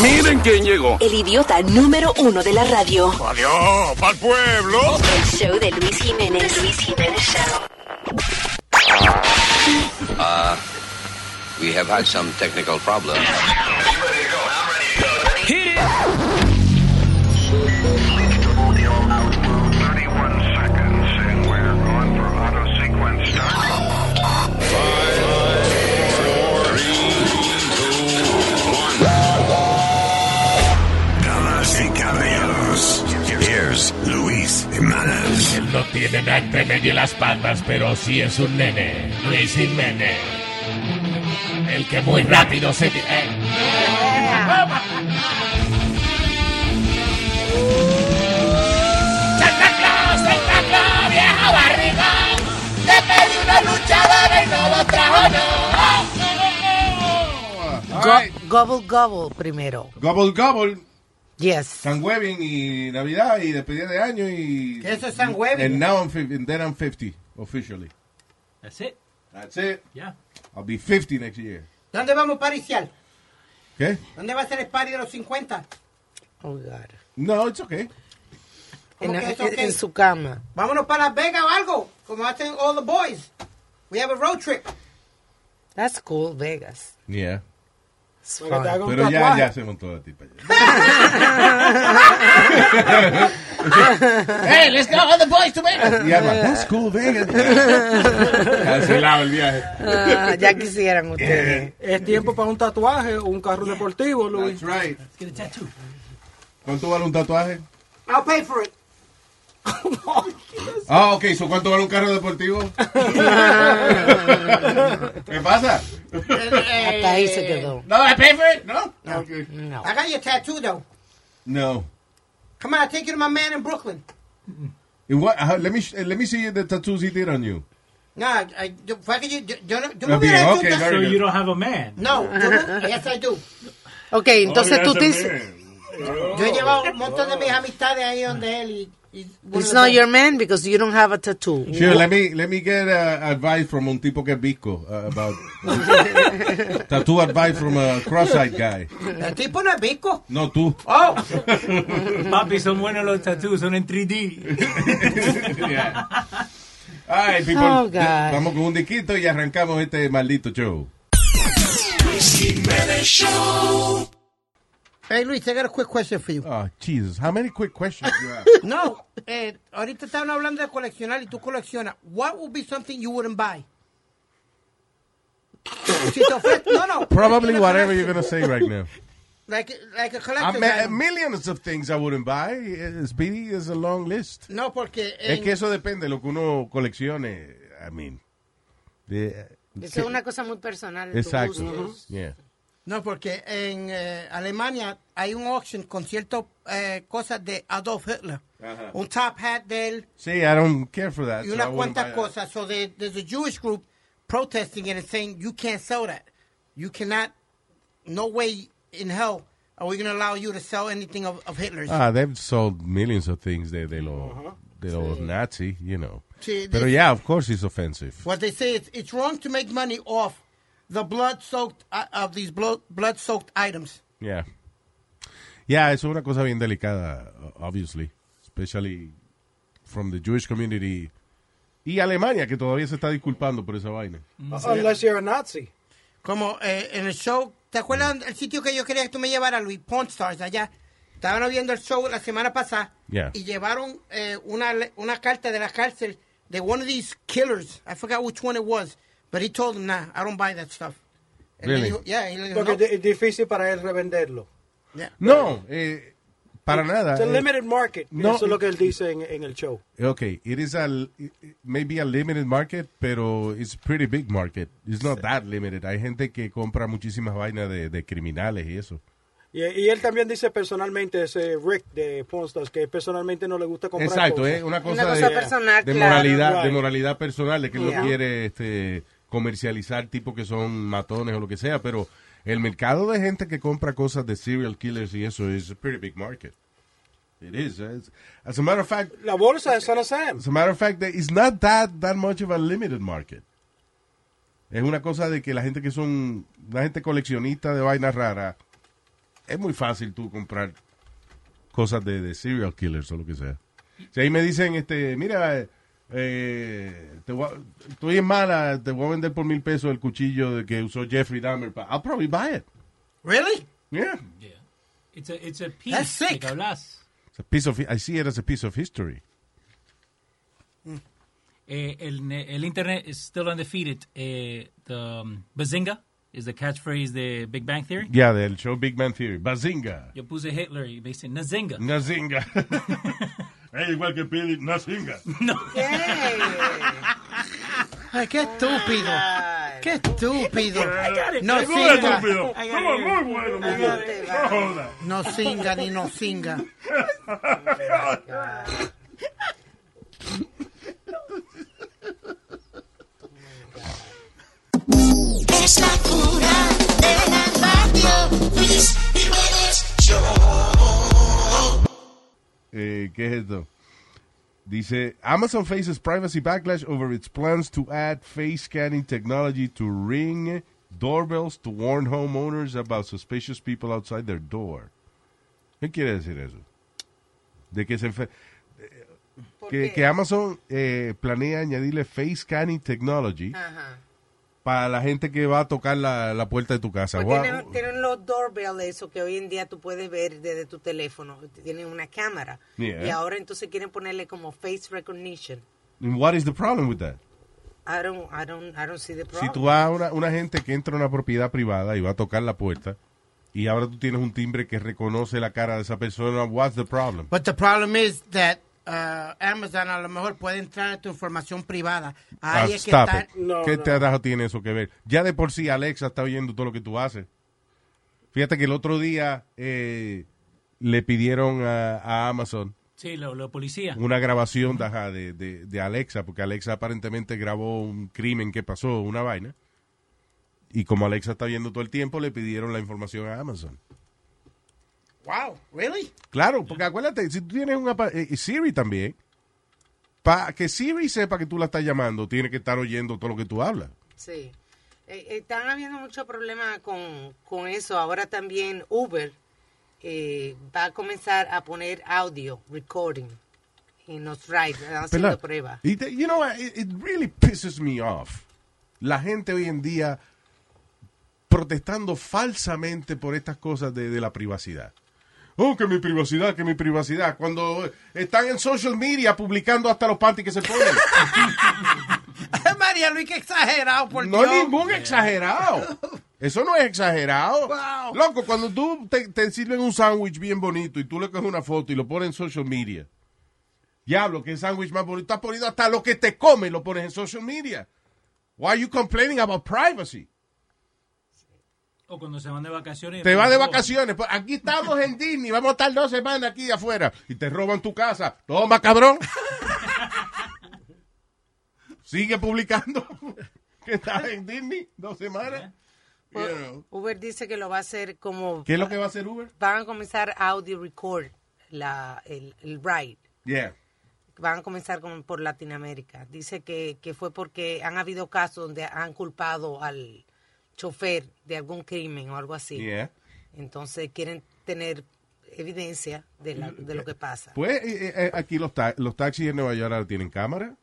Miren quién llegó. El idiota número uno de la radio. Adiós, pa'l pueblo. El show de Luis Jiménez. Luis Jiménez Show. Uh, we have had some technical problem. Damas y caballeros, here's Luis Jiménez. Él no tiene nada ni las palmas, pero sí es un nene, Luis Jiménez. El que muy rápido se... eh. Santa Claus, Santa Claus, viejo barrigón, te pedí una luchadora y no lo trajo, no. Go- Gobble Gobble primero. Gobble Gobble, Yes. San Huevín y Navidad y despedida de año y... ¿Qué eso es San Huevín? And now I'm, fif- and then I'm 50, officially. That's it. That's it. Yeah. I'll be 50 next year. ¿Dónde vamos a pariciar? ¿Qué? ¿Dónde va a ser el party de los 50? Oh, God. No, it's okay. En, ¿Cómo que eso qué? en su cama. Vámonos para Las Vegas o algo, como hacen all the boys. We have a road trip. That's cool, Vegas. Yeah. It's Bueno, fun. te hago- Un Pero ya, tatuaje. ya se montó la tipa. ya. Hey, let's go all the boys to bed. Y además, that's cool, venga. Cancelado el viaje. Ah, ya quisieran Eh. ustedes. Es tiempo para un tatuaje o un carro deportivo, Luis. That's right. Let's get a tattoo. ¿Cuánto vale un tatuaje? I'll pay for it. Ah, ok, ¿so cuánto vale un carro deportivo? ¿Qué pasa? Eh, Eh, Hasta ahí se quedó. No, I pay for it. No. Okay. No. I got your tattoo though. No. Come on, I'll take you to my man in Brooklyn. And what, how, uh, let, me, sh- let me see the tattoos he did on you. No, I, I, yo- fue que yo, yo, yo no, yo me Está bien, hubiera hecho ok, un very tattoo. So good. you don't have a man. No, yo no- yes I do. Ok, entonces tú te dices, Yo he llevado un montón de mis amistades ahí donde él y... y uno it's de not los- your man because you don't have a tattoo. Sure, let me let me get uh, advice from un tipo que es visco uh, about tattoo advice from a cross-eyed guy. El tipo no es bico. No tú. Oh, Papi, son buenos los tattoos, son en 3D. Yeah. All right, people. Oh, God. Vamos con un disquito y arrancamos este maldito show. hey Luis, I got a quick question for you. Oh, Jesus. How many quick questions you have? No, eh, ahorita estaban hablando de coleccionar y tú coleccionas. What would be something you wouldn't buy? Si te ofrece- no, no. Probably whatever Ah, you're going to say right now. Like, like a I collector's mean, item. millions of things I wouldn't buy. Eh, Speedy is a long list. No, porque Es en- que eso depende de lo que uno coleccione. I mean. de- Eso es una cosa muy personal. de tu Exacto. gusto. Yeah. no, porque en eh, Alemania hay un auction con ciertas eh, cosas de Adolf Hitler. Un top hat de él See, I don't care for that. y so I unas wouldn't cuantas buy that. cosas. So there- there's a Jewish group protesting it and saying, you can't sell that. You cannot, no way in hell are we going to allow you to sell anything of, of Hitler's. Ah, they've sold millions of things de, de, lo, de los Nazi, you know. Sí, Pero de- yeah, of course it's offensive. What they say is it's wrong to make money off the blood soaked uh, of these blood blood soaked items. Yeah. Yeah, es una cosa bien delicada, o- obviously. Especially from the Jewish community. Y Alemania, que todavía se está disculpando por esa vaina. Mm. Unless you're a Nazi. Como eh, en el show, ¿te acuerdas el sitio que yo quería que tú me llevaras, Luis? Pawn Stars, allá. Estaban viendo el show la semana pasada Yeah. y llevaron eh, una, le- una carta de la cárcel de one of these killers. I forgot which one it was, but he told them, nah, I don't buy that stuff. Él le Really? dijo- yeah, él le dijo, Porque "No". es difícil para él revenderlo. Yeah. No, eh, para nada. Es a eh, limited market. no. Eso es lo que él dice en, en el show. Okay, it is a l- it- it may be a limited market, pero it's a pretty big market. It's not that limited. Hay gente que compra muchísimas vainas de, de criminales y eso. Y, y él también dice personalmente, ese Rick de Pornstars, que personalmente no le gusta comprar Exacto, eh. cosas. es una cosa, Una cosa de, personal, de claro. moralidad, de Right. moralidad personal, de que Yeah. no quiere este, comercializar tipos que son matones o lo que sea, pero el mercado de gente que compra cosas de serial killers y eso es a pretty big market. It is. eh, it's- as a matter of fact, La bolsa de Sana Sam. As a matter of fact, there- it's not that, that much of a limited market. Es una cosa de que la gente que son, la gente coleccionista de vainas raras, es muy fácil tú comprar cosas de, de serial killers o lo que sea. Si ahí me dicen, este, mira, eh, te voy a- estoy en mala, te voy a vender por mil pesos el cuchillo de que usó Jeffrey Dahmer. pa- I'll probably buy it. Really? Yeah. It's a, it's a That's piece de sick. que hablas. It's a piece of, I see it as a piece of history. Eh, el, ne- el internet is still undefeated. Eh, the um, bazinga is the catchphrase de Big Bang Theory. Yeah, del show Big Man Theory. Bazinga. Yo puse Hitler y me dicen Nazinga. Nazinga. es igual que Pili, Nazinga. Ay, qué estúpido. Qué estúpido. No Muy singa. estúpido. Estuvo muy bueno, mi Dios. No jodas. No singa ni no singa. Eh, ¿Qué es esto? Dice, Amazon faces privacy backlash over its plans to add face scanning technology to ring doorbells to warn homeowners about suspicious people outside their door. ¿Qué quiere decir eso? De que se enfe- eh, que, que Amazon eh, planea añadirle face scanning technology Ajá. para la gente que va a tocar la, la puerta de tu casa. Pues Wow. tienen, tienen los doorbell eso que hoy en día tú puedes ver desde tu teléfono. Tienen una cámara. Yeah. Y ahora entonces quieren ponerle como face recognition. And What is the problem with that? I don't, I don't, I don't see the problem. Si tú vas a una, una gente que entra a una propiedad privada y va a tocar la puerta y ahora tú tienes un timbre que reconoce la cara de esa persona, what's the problem? But the problem is that uh, Amazon a lo mejor puede entrar a tu información privada. Ah, Ahí es que stop está. it. ¿Qué carajo tiene eso que ver? Ya de por sí Alexa está oyendo todo lo que tú haces. Fíjate que el otro día eh, le pidieron a, a Amazon Sí, lo, lo policía. una grabación de, ajá, de- de- de Alexa, porque Alexa aparentemente grabó un crimen que pasó, una vaina. Y como Alexa está viendo todo el tiempo, le pidieron la información a Amazon. Wow, really? Claro, porque acuérdate, si tú tienes un apa- eh, Siri también, para que Siri sepa que tú la estás llamando, tiene que estar oyendo todo lo que tú hablas. Sí. Eh, eh, están habiendo mucho problema con, con eso. Ahora también Uber eh, va a comenzar a poner audio recording en los rides, haciendo ¿Verdad? pruebas. Y te- you know, what, it, it really pisses me off. La gente hoy en día protestando falsamente por estas cosas de, de la privacidad. Oh, que mi privacidad, que mi privacidad. Cuando están en social media publicando hasta los panties que se ponen. María Luis, qué exagerado, por No Dios. ningún exagerado. Eso no es exagerado. Loco, cuando tú te, te sirven un sándwich bien bonito y tú le coges una foto y lo pones en social media. Diablo, que sándwich más bonito. Estás poniendo hasta lo que te comes lo pones en social media. Why are you complaining about privacy? O cuando se van de vacaciones. "Oh". Te vas de vacaciones. pues, Aquí estamos en Disney. Vamos a estar dos semanas aquí afuera. Y te roban tu casa. Toma, cabrón. Sigue publicando que estás en Disney dos semanas. You know. Uber dice que lo va a hacer como... ¿Qué es lo que va a hacer Uber? Van a comenzar a audio record la, el, el ride. Yeah. Van a comenzar con- por Latinoamérica. Dice que, que fue porque han habido casos donde han culpado al chofer de algún crimen o algo así. Yeah. Entonces quieren tener evidencia de, la- de lo que pasa. Pues eh, eh, aquí los, ta- los taxis en Nueva York ahora tienen cámara.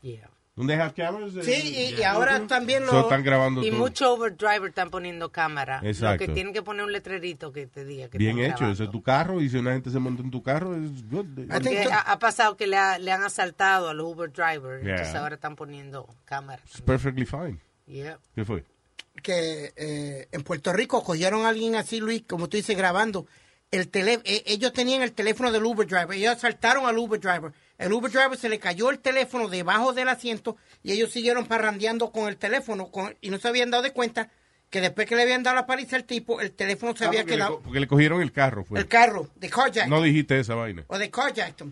Yeah. ¿Dónde hay cámaras? Eh, Sí, y, y ahora también so lo. están grabando Y todo. muchos overdriver están poniendo cámara. Lo Exacto. que tienen que poner un letrerito que te diga que Bien están hecho, ese grabando. es tu carro y si una gente se monta en tu carro, es good. Porque ha, ha pasado que le, ha- le han asaltado a los Uber drivers, Yeah. entonces ahora están poniendo cámara. It's perfectly fine. Yeah. ¿Qué fue? que eh, en Puerto Rico cogieron a alguien así, Luis, como tú dices, grabando. El tele- eh, ellos tenían el teléfono del Uber driver. Ellos asaltaron al Uber driver. El Uber driver se le cayó el teléfono debajo del asiento y ellos siguieron parrandeando con el teléfono con- y no se habían dado de cuenta que después que le habían dado la paliza al tipo, el teléfono se Ah, había porque, le, quedado. co- porque le cogieron el carro. fue. El carro, de carjack. No dijiste esa vaina. O de carjack.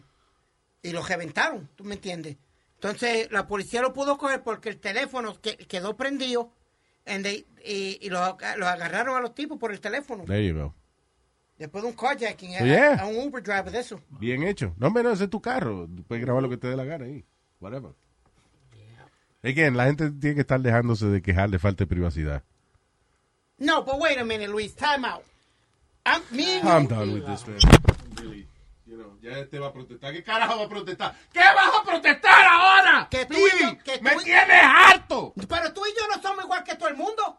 Y lo reventaron, ¿tú me entiendes? Entonces la policía lo pudo coger porque el teléfono que- quedó prendido and they- y, y los, aga- los agarraron a los tipos por el teléfono. There you go. Después de un carjacking, a- Oh, yeah. a, un Uber driver de eso. Bien hecho. No, menos ese es tu carro. Puedes grabar lo que te dé la gana ahí. Whatever. Again, la gente tiene que estar dejándose de quejar de falta de privacidad. No, but wait a minute, Luis, time out. I'm, me and I'm you- done with this, man. I'm really, you know, ya te va a protestar. ¿Qué carajo va a protestar? ¿Qué vas a protestar ahora? Que tú, Luis, y yo- que me tú y- tienes harto. Pero tú y yo no somos igual que todo el mundo.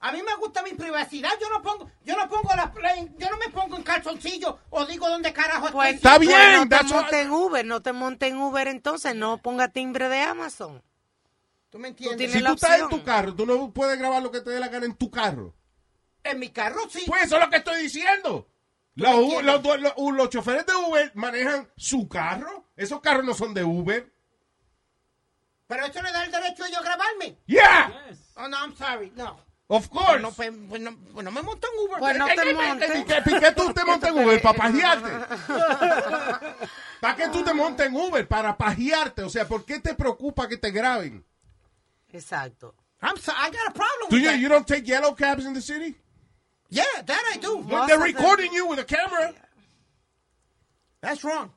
A mí me gusta mi privacidad. Yo no pongo, yo no pongo la, yo no me pongo en calzoncillo o digo dónde carajo Pues, estoy. Está pues bien, no te that's montes en Uber, no te montes en Uber entonces, no ponga timbre de Amazon. ¿Tú me entiendes? Tú tienes- Si la tú estás en opción. tu carro, tú no puedes grabar lo que te dé la gana en tu carro. En mi carro sí. Pues eso es lo que estoy diciendo. Los, U- los du- los- u- los choferes de Uber manejan su carro. Esos carros no son de Uber. Pero eso le da el derecho a yo grabarme. Yeah, Oh, no, I'm sorry. No. of Pues course. no, pues, pues no, pues no me monto en Uber. Pues no Eh, te eh, ¿Y montes. qué- ¿Y qué tú te montas en Uber? Para pajearte. ¿Para qué tú te montas en Uber? Para pajearte. O sea, ¿por qué te preocupa que te graben? Exacto. I'm so, I got a problem Do with you, that. you don't take yellow cabs in the city? Yeah, that I do. But they're recording you with a camera. That's wrong.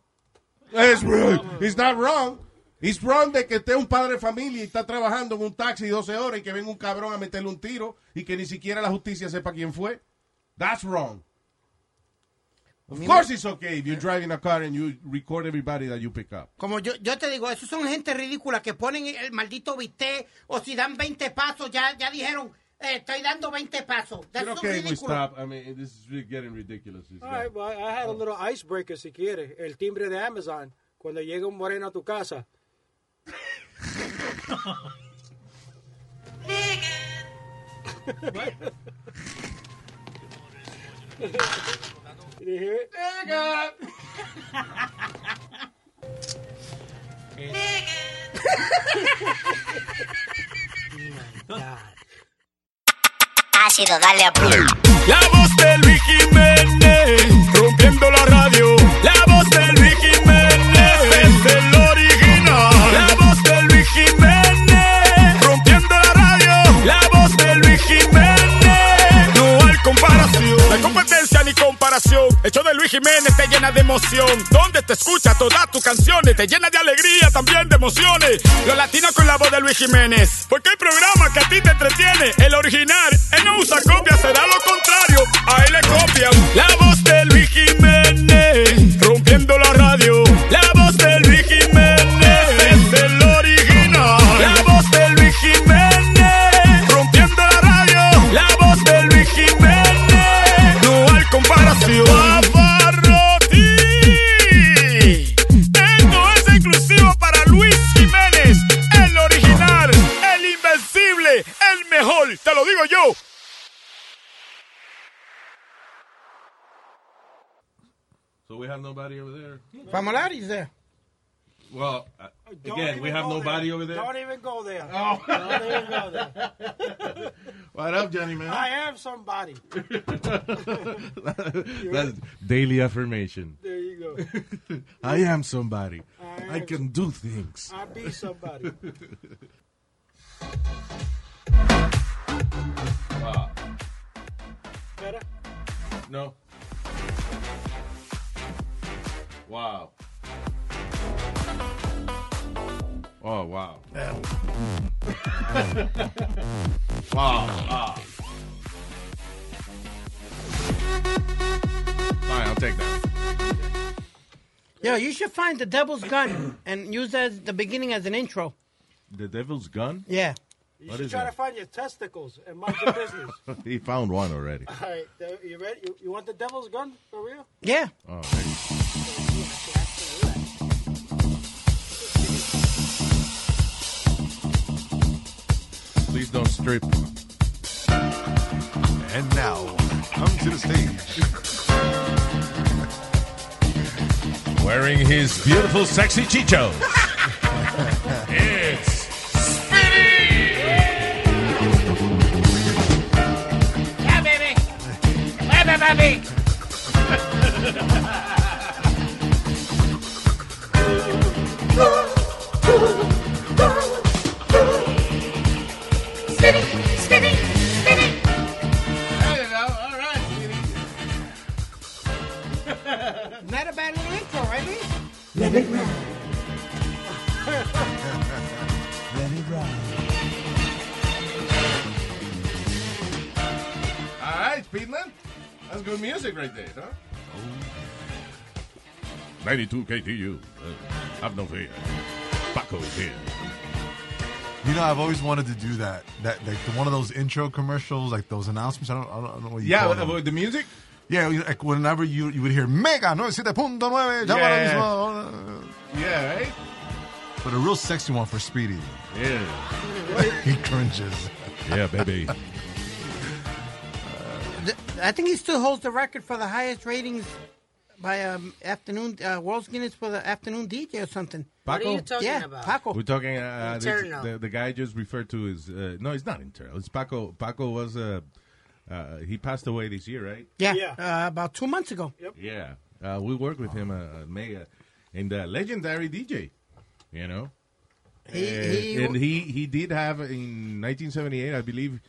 Es wrong. It's not wrong. It's wrong de que esté un padre de familia y está trabajando en un taxi 12 horas y que venga un cabrón a meterle un tiro y que ni siquiera la justicia sepa quién fue. That's wrong. Of course it's okay if you're driving a car and you record everybody that you pick up. Como yo, yo te digo, esos son gente ridícula que ponen el maldito bistec o si dan 20 pasos, ya, ya dijeron, eh, estoy dando 20 pasos. That's so okay, we ridículo. stop. I mean, this is really getting ridiculous. this All guy. right, well, I had a little icebreaker si quiere. El timbre de Amazon. Cuando llega un moreno a tu casa. Did you hear it? Ácido, dale a play. La voz del Luis Jiménez, rompiendo la radio. La voz del Luis Jiménez, es el original. La voz del Luis Jiménez, rompiendo la radio. La voz del Luis Jiménez, no hay comparación. No hay competencia ni comparación. El show de Luis Jiménez te llena de emoción. Donde te escucha todas tus canciones, te llena de alegría, también de emociones. Los latinos con la voz de Luis Jiménez. Porque el programa que a ti te entretiene, el original, él no usa copia, será lo contrario. A él le copian. La voz de Luis Jiménez, rompiendo la radio. La voz de Luis Jiménez, es el original. La voz de Luis Jiménez, rompiendo la radio. La voz de Luis Jiménez, no hay comparación. Pavarotti. Esto es exclusivo para Luis Jiménez, el original, el invencible, el mejor. Te lo digo yo. So we have nobody over there. Famolari's there. Well, uh, again, we have nobody over there. Don't even go there. Oh. Don't even go there. What up, Johnny man? I am somebody. That's daily affirmation. There you go. I am somebody. I can do things. I be somebody. Better? No. Wow. Oh, wow. wow. Ah. All right, I'll take that. Yo, you should find the devil's gun and use that as the beginning as an intro. The devil's gun? Yeah. You What should is try that? to find your testicles and mind your business. he found one already. All right, there- you ready? You, you want the devil's gun for real? Yeah. Oh, Please don't strip. And now, come to the stage. Wearing his beautiful, sexy chicho. Not a bad little intro, right? Lee? All right, Speedland. That's good music right there, huh? 92 KTU. Uh, have no fear. Paco is here. You know, I've always wanted to do that. That like the, one of those intro commercials, like those announcements. I don't, I don't, I don't know what you Yeah, call with- them. with the music. Yeah, you- like whenever you you would hear Mega 97.9, llama ahora Yeah. mismo. Yeah, right? But a real sexy one for Speedy. Yeah. He cringes. Yeah, baby. I think he still holds the record for the highest ratings by um, afternoon uh, World's Guinness for the afternoon DJ or something. What are you Paco? talking yeah, about? Paco. We're talking. Uh, this- Internal. the, the guy just referred to is uh, no, he's not internal. It's Paco. Paco was uh, uh, he passed away this year, right? Yeah, Uh, about two months ago. Yeah, uh, we worked with him, uh, at Mega, and uh, legendary DJ. You know, He- Eh, he- and he he did have in 1978, I believe,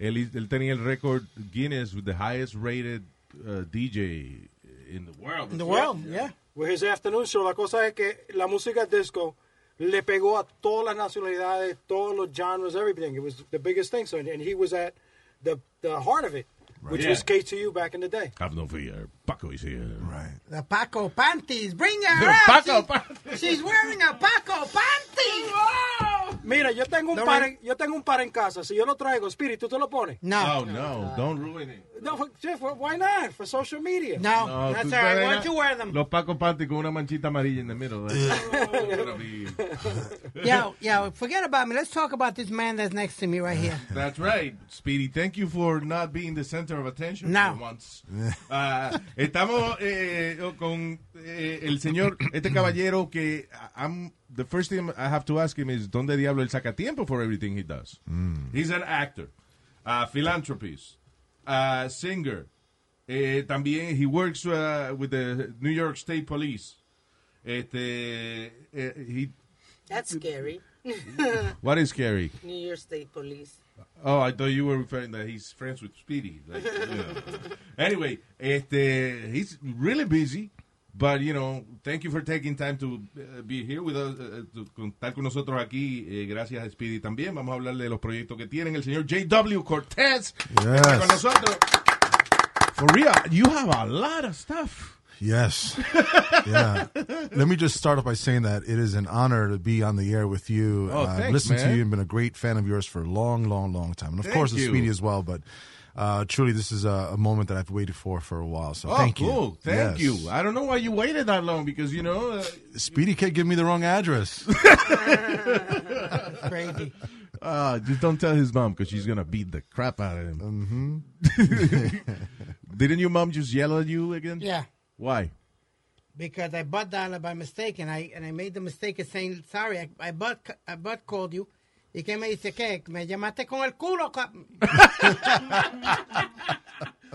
él, él tenía el récord Guinness with the highest rated uh, DJ in the world. In the world, yeah. With his afternoon show, la cosa es que la música disco le pegó a todas las nacionalidades, todos los genres, everything. It was the biggest thing. So, and, and he was at the, the heart of it, which Yeah. was KTU back in the day. Have no fear, Paco is here. Right. The Paco panties. Bring her The out. Paco She- She's wearing a Paco panty. Mira, yo tengo un No, eh. par, man. en, yo tengo un par en casa. Si yo lo traigo, Spirit, ¿tú te lo pones? Oh no, don't ruin it. No, for- Jeff, why not? For social media. No, that's tú all right. sabes, Why don't you wear them? Los Paco Panty con una manchita amarilla en el middle. eh? yeah, yeah. Forget about me. Let's talk about this man that's next to me right here. That's right, Speedy. Thank you for not being the center of attention No. for once. Ah, estamos eh, con eh, el señor, este caballero que I'm, the first thing I have to ask him is dónde diablo él saca tiempo for everything he does. He's an actor, a philanthropist, a singer. Eh, también he works uh, with the New York State Police. Este, eh, he, That's scary. what is scary? New York State Police. Oh, I thought you were referring that he's friends with Speedy. Like, you know. anyway, este, he's really busy, but you know, thank you for taking time to uh, be here with us, uh, to contar con nosotros aquí. Eh, gracias a Speedy también. Vamos a hablar de los proyectos que tienen. El señor J.W. Cortez está con Yes. nosotros. For real, you have a lot of stuff. Yes. Yeah. Let me just start off by saying that it is an honor to be on the air with you. Oh, I've thanks, listened man. to you and been a great fan of yours for a long, long, long time. And of Thank course, it's you. Speedy as well, but uh, truly, this is a, a moment that I've waited for for a while. So Oh, thank you. cool. Yes. Thank you. I don't know why you waited that long because you know. Uh, Speedy can't give me the wrong address. Crazy. Uh, just don't tell his mom because she's gonna beat the crap out of him. Mm-hmm. Didn't your mom just yell at you again? Yeah. Why? because I bought Donna by mistake, and I and I made the mistake of saying sorry. I, I butt I butt called you. ¿Y qué me dice? ¿Qué? ¿Me llamaste con el culo? ca-?"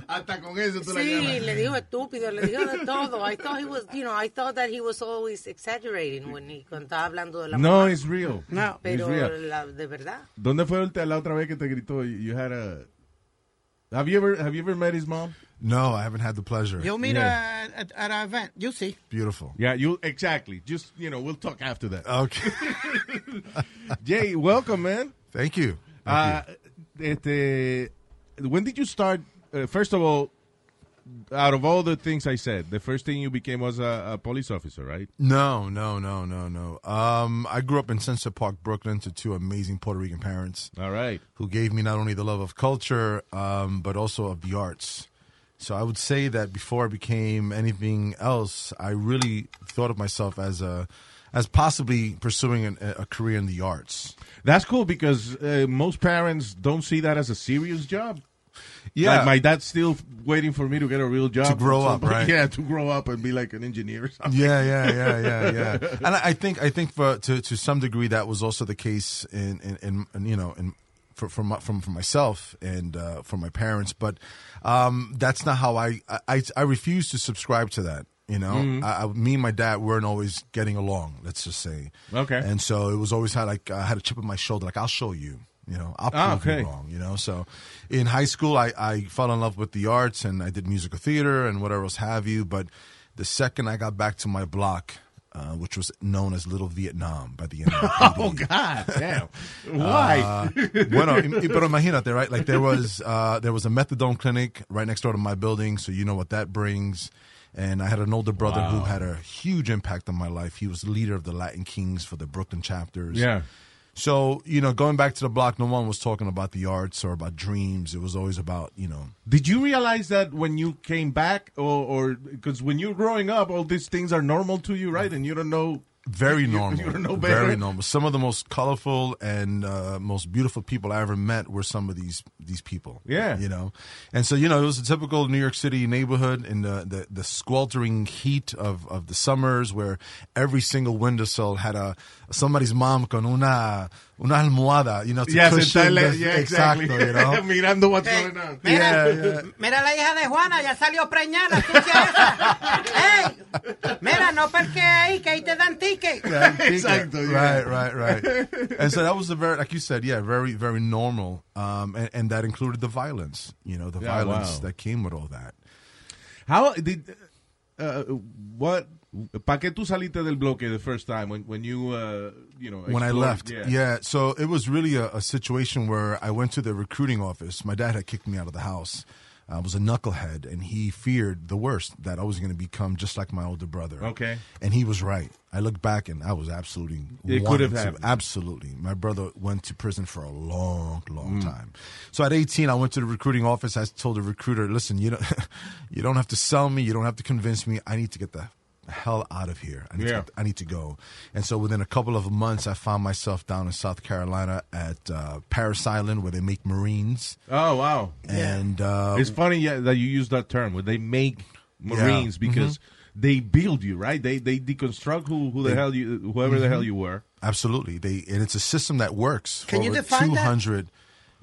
Hasta con eso tú Sí, le dijo estúpido, le dijo de todo. I thought he was, you know, I thought that he was always exaggerating when he, cuando estaba hablando de la No, mamá. it's real. No, it's pero real. la, de verdad. ¿Dónde fue el- la otra vez que te gritó? You you had a. Have you ever Have you ever met his mom? No, I haven't had the pleasure. Yo mira Yeah. at, at our event. You see. Beautiful. Yeah, you exactly. Just you know, we'll talk after that. Okay. Uh, Jay, welcome, man. Thank you. Uh, este, when did you start? Uh, first of all, out of all the things I said, the first thing you became was a, a police officer, right? No, no, no, no, no. Um, I grew up in Central Park, Brooklyn, to two amazing Puerto Rican parents. All right. Who gave me not only the love of culture, um, but also of the arts. So I would say that before I became anything else, I really thought of myself as a, as possibly pursuing an, a career in the arts. That's cool because uh, most parents don't see that as a serious job. Yeah. Like my dad's still waiting for me to get a real job. To grow from up, somebody. right? Yeah, to grow up and be like an engineer or something. Yeah, yeah, yeah, yeah, yeah. And I, I think I think for to to some degree that was also the case in in, in, in you know in for for, my, from for myself and uh, for my parents, but um, that's not how I I- I I refuse to subscribe to that. You know, Mhm. I, I, me and my dad weren't always getting along. Let's just say, Okay. and so it was always had like I had a chip on my shoulder, like I'll show you. You know, I'll prove Ah, you okay. wrong wrong, you know. So, in high school, I, I fell in love with the arts and I did musical theater and whatever else have you. But the second I got back to my block, uh, which was known as Little Vietnam by the NYPD. Oh, God damn. Why? Uh, bueno, im- pero imagínate, right? Like there was uh, there was a methadone clinic right next door to my building, so you know what that brings. And I had an older brother who Wow. had a huge impact on my life. He was leader of the Latin Kings for the Brooklyn chapters. Yeah. So you know, going back to the block, no one was talking about the arts or about dreams. It was always about you know Did you realize that when you came back, or because when you're growing up, all these things are normal to you, right? And you don't know. Very you- you- normal. You don't know better. very normal. Some of the most colorful and uh, most beautiful people I ever met were some of these these people. Yeah. you know, and so you know it was a typical New York City neighborhood in the the, the sweltering heat of, of the summers, where every single windowsill had a somebody's mom con una una almohada, you know, to Yes, cushion entonces, the- yeah, exactly. exactly. you know. Mirando what's going on. Yeah, yeah. Mira la hija de Juana, ya salió preñada, la sucia esa. Ey, mira, no parque ahí, que ahí te dan ticket. Exactly. Right, right, right. and so that was a very, like you said, yeah, very, very normal. Um, and, and that included the violence, you know, the Yeah, violence wow. that came with all that. How did uh, what? ¿Para qué tú saliste del bloque the first time when when you uh, you know when I explored- left. Yeah. So it was really a, a situation where I went to the recruiting office. My dad had kicked me out of the house. I was a knucklehead, and he feared the worst that I was going to become just like my older brother. Okay. And he was right. I look back, and I was absolutely. It wanting could have to- happened. Absolutely. My brother went to prison for a long, long time. So at 18, I went to the recruiting office. I told the recruiter, listen, you don't, you don't have to sell me. You don't have to convince me. I need to get the hell out of here. I need, to, Yeah. get- I need to go. And so within a couple of months, I found myself down in South Carolina at uh, Paris Island where they make Marines. Oh wow. And uh, it's funny yeah, that you use that term where they make Marines Mm-hmm. because they build you, right? They they deconstruct who who the They- Mm-hmm. hell you whoever the hell you were. Absolutely. They And it's a system that works Can for you over define that?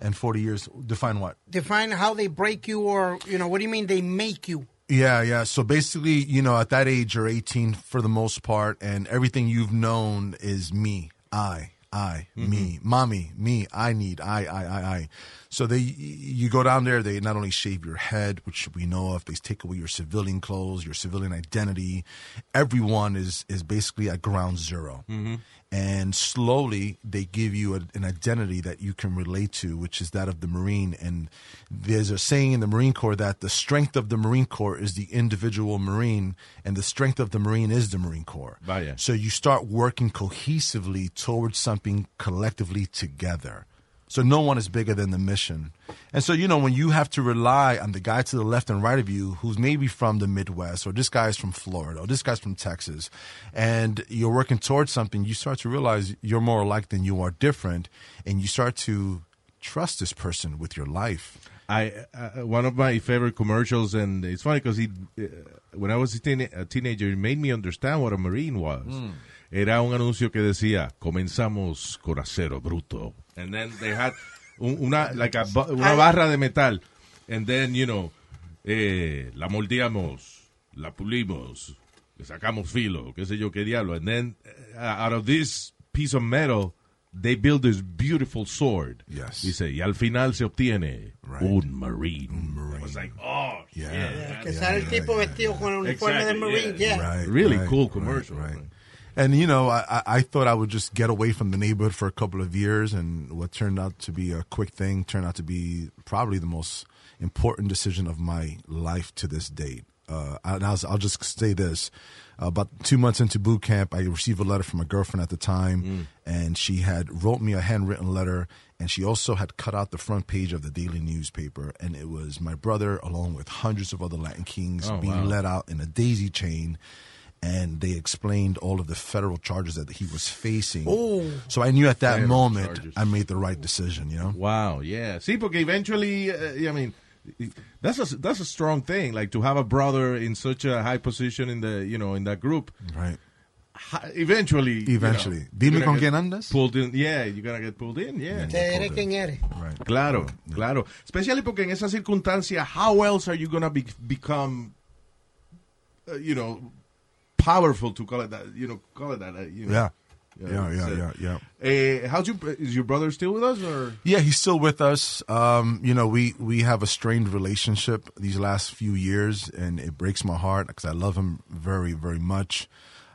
240 years. Define what? Define how they break you or, you know, what do you mean they make you? Yeah, yeah. So basically, you know, at that age, you're 18 for the most part, and everything you've known is me, I, I, me, mommy, me, I need, I, I, I, I. So they, you go down there, they not only shave your head, which we know of, they take away your civilian clothes, your civilian identity. Everyone is, is basically at ground 0 And slowly they give you a, an identity that you can relate to, which is that of the Marine. And there's a saying in the Marine Corps that the strength of the Marine Corps is the individual Marine, and the strength of the Marine is the Marine Corps. Vaya. So you start working cohesively towards something collectively together. So no one is bigger than the mission. And so, you know, when you have to rely on the guy to the left and right of you who's maybe from the Midwest or this guy's from Florida or this guy's from Texas and you're working towards something, you start to realize you're more alike than you are different and you start to trust this person with your life. I uh, one of my favorite commercials, and it's funny because he, uh, when I was a, teen- a teenager, it made me understand what a marine was. Mm. Era un anuncio que decía, "Comenzamos con acero bruto," and then they had un- una like a ba- una barra de metal, and then you know, eh, la moldeamos, la pulimos, le sacamos filo, qué sé yo qué diablo, and then uh, out of this piece of metal. They build this beautiful sword. Yes. Dice, y al final se obtiene un marine. I was like, oh, yeah. Que sale el tipo vestido con el uniforme del Marine, yeah. Right, really right, cool right, commercial. right. And you know, I, I- I thought I would just get away from the neighborhood for a couple of years, and what turned out to be a quick thing turned out to be probably the most important decision of my life to this date. Uh, and I'll, I'll just say this: about two months into boot camp, I received a letter from my girlfriend at the time, Mm. and she had wrote me a handwritten letter, and she also had cut out the front page of the daily newspaper, and it was my brother along with hundreds of other Latin kings Oh, being wow. let out in a daisy chain and they explained all of the federal charges that he was facing. Oh. So I knew at that Federal moment charges. I made the right decision, you know? Wow, yeah. See, porque eventually, uh, I mean, that's a that's a strong thing. Like to have a brother in such a high position in the you know in that group. Right. Eventually, you know, Eventually. Dime you're gonna con get quién andas. Pulled in, yeah, you're gonna get pulled in, yeah. Te diré quién eres. Right. Claro, claro. Especially porque en esa circunstancia, how else are you going to be, become, uh, you know, powerful to call it that? You know, call it that. Uh, you know, Yeah. You know, Yeah, yeah, so- yeah, yeah. Eh, how's your is your brother still with us or? Yeah, he's still with us. Um, you know, we we have a strained relationship these last few years, and it breaks my heart because I love him very, very much.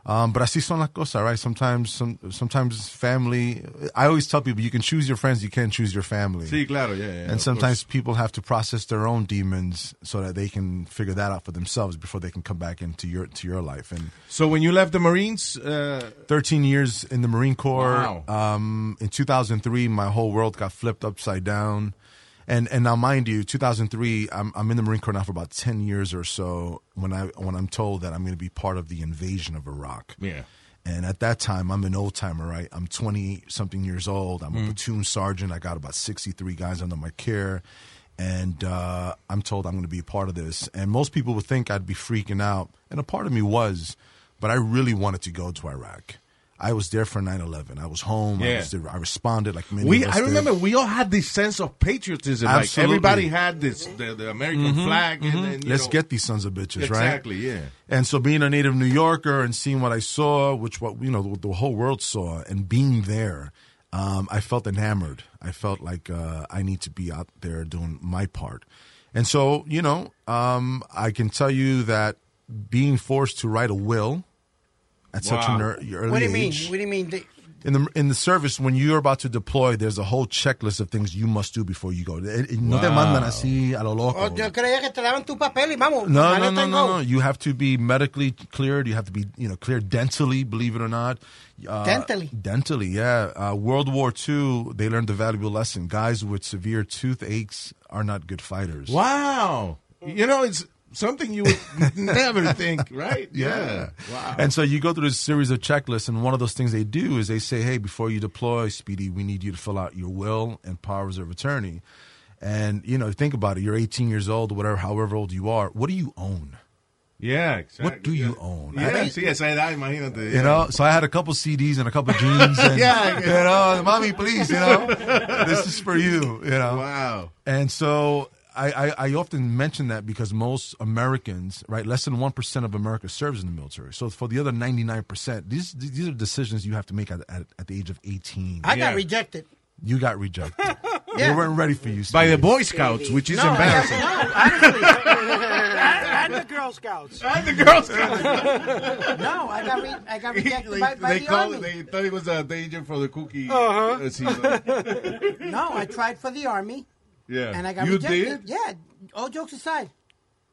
Um, but así son las cosas, right? Sometimes, some, sometimes family. I always tell people you can choose your friends, you can't choose your family. Sí, claro, yeah, yeah, and of sometimes course. people have to process their own demons so that they can figure that out for themselves before they can come back into your to your life. And so when you left the Marines, uh, 13 years in the Marine Corps. Wow. Um, in 2003, my whole world got flipped upside down. And and now, mind you, 2003, I'm I'm in the Marine Corps now for about 10 years or so. When I when I'm told that I'm going to be part of the invasion of Iraq. Yeah. And at that time, I'm an old timer, right? I'm 20 something years old. I'm Mhm. a platoon sergeant. I got about 63 guys under my care. And uh, I'm told I'm going to be a part of this. And most people would think I'd be freaking out. And a part of me was, but I really wanted to go to Iraq. I was there for 9 11. I was home. I, Yeah. was there. I responded like many we of us I did. remember we all had this sense of patriotism. Like Absolutely. everybody had this the, the American Mhm, flag. mhm. And then, you Let's know, get these sons of bitches, right? Exactly, yeah. And so being a native New Yorker and seeing what I saw, which what you know the, the whole world saw, and being there, um, I felt enamored. I felt like uh, I need to be out there doing my part. And so you know, um, I can tell you that being forced to write a will at such an ear- early What do you mean? age. What do you mean? They- In the in the service, when you're about to deploy, there's a whole checklist of things you must do before you go. Eh, eh, No te Wow. mandan así a lo loco. oh, yo creía que te daban tu papel y vamos. No, vale, no, no, tengo. no, no. You have to be medically cleared. You have to be, you know, cleared dentally, believe it or not. Uh, Dentally? Dentally, yeah. Uh, World War II, they learned a valuable lesson. Guys with severe toothaches are not good fighters. Wow. You know, it's something you would never think, right? Wow. And so you go through this series of checklists, and one of those things they do is they say, hey, before you deploy, Speedy, we need you to fill out your will and powers of attorney. And, you know, think about it. You're 18 years old, whatever, however old you are. What do you own? yeah, exactly. What do you own? Yeah, sí, esa edad, imagínate. You know, so I had a couple CDs and a couple jeans. And, Yeah. you know, mommy, please, you know, this is for you, you know. Wow. And so I, I, I often mention that because most Americans, right, less than 1% of America serves in the military. So for the other 99%, these these are decisions you have to make at, at, at the age of 18. I got rejected. You got rejected. Yeah. They weren't ready for you. By the Steve. Boy Scouts, which is No, I- embarrassing. and, and the Girl Scouts. And the Girl Scouts. no, I got, re- I got rejected They, by, by they the call army. it, they thought it was a danger for the cookie Uh-huh. uh, season. No, I tried for the army. Yeah. And I got Uh, You rejected. did? Yeah. All jokes aside.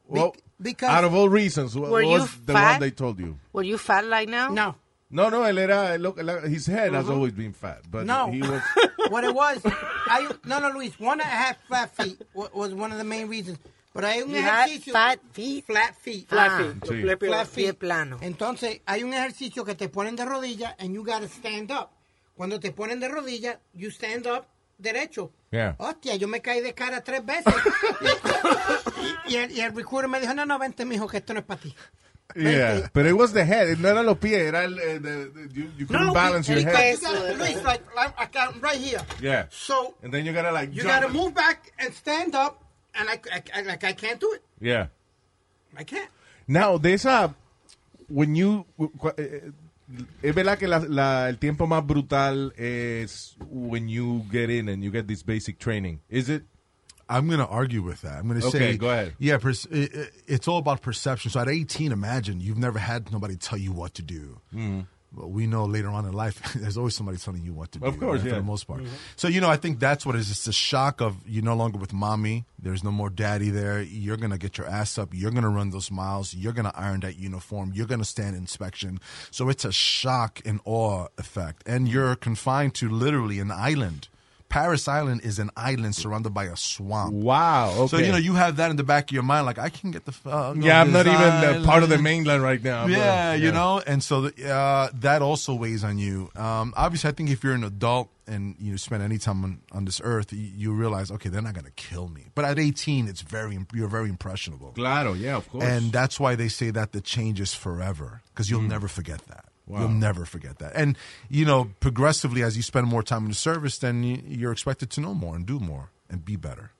Well, because- out of all reasons, what Were you was the fat? one they told you? Were you fat like now? No. No, no, él era, look, la- his head has Mhm. always been fat, but No. he was. what it was, I no no Luis, one and a half flat feet wa- was one of the main reasons. But hay un You had ejercicio feet, flat feet, Flat Ah, feet. sí. flat Pie feet. plano. Entonces hay un ejercicio que te ponen de rodilla and you gotta stand up. Cuando te ponen de rodilla, you stand up derecho. Yeah. Hostia, yo me caí de cara tres veces. y, y el, y el recruiter me dijo, no, no, vente, mijo, que esto no es para ti. Yeah, but it was the head. No eran los pies. Era el, eh, the, the- you, you couldn't balance your head. Luis, like, I'm, I'm right here. Yeah. So and then you gotta like. You jump. gotta move back and stand up, and I, I, I- like I can't do it. Yeah. I can't. Now there's a when you cu- eh, es verdad que la, la- el tiempo más brutal es when you get in and you get this basic training. Is it? I'm going to argue with that. I'm going to Okay, say, go ahead. Yeah, pers- it, it, it's all about perception. So at 18, imagine you've never had nobody tell you what to do. Hmm. But we know later on in life, there's always somebody telling you what to do. Of course, right, yeah. for the most part. Mhm. So you know, I think that's what it is. It's the shock of you're no longer with mommy. There's no more daddy there. You're gonna get your ass up. You're gonna run those miles. You're gonna iron that uniform. You're gonna stand inspection. So it's a shock and awe effect, and Mm-hmm. you're confined to literally an island. Paris Island is an island surrounded by a swamp. Wow. So okay. you know you have that in the back of your mind, like I can get the fuck. Yeah, off I'm not this even uh, island. part of the mainland right now. but- Yeah, you know, and so uh, that also weighs on you. Um, obviously, I think if you're an adult and you spend any time on, on this earth, you, you realize, okay, they're not going to kill me. But at 18, it's very imp- you're very impressionable, Claro. Yeah. Of course. Hmm. and that's why they say that the change is forever because you'll never forget that. Wow. You'll never forget that. And you know, progressively as you spend more time in the service, then you, you're expected to know more and do more and be better.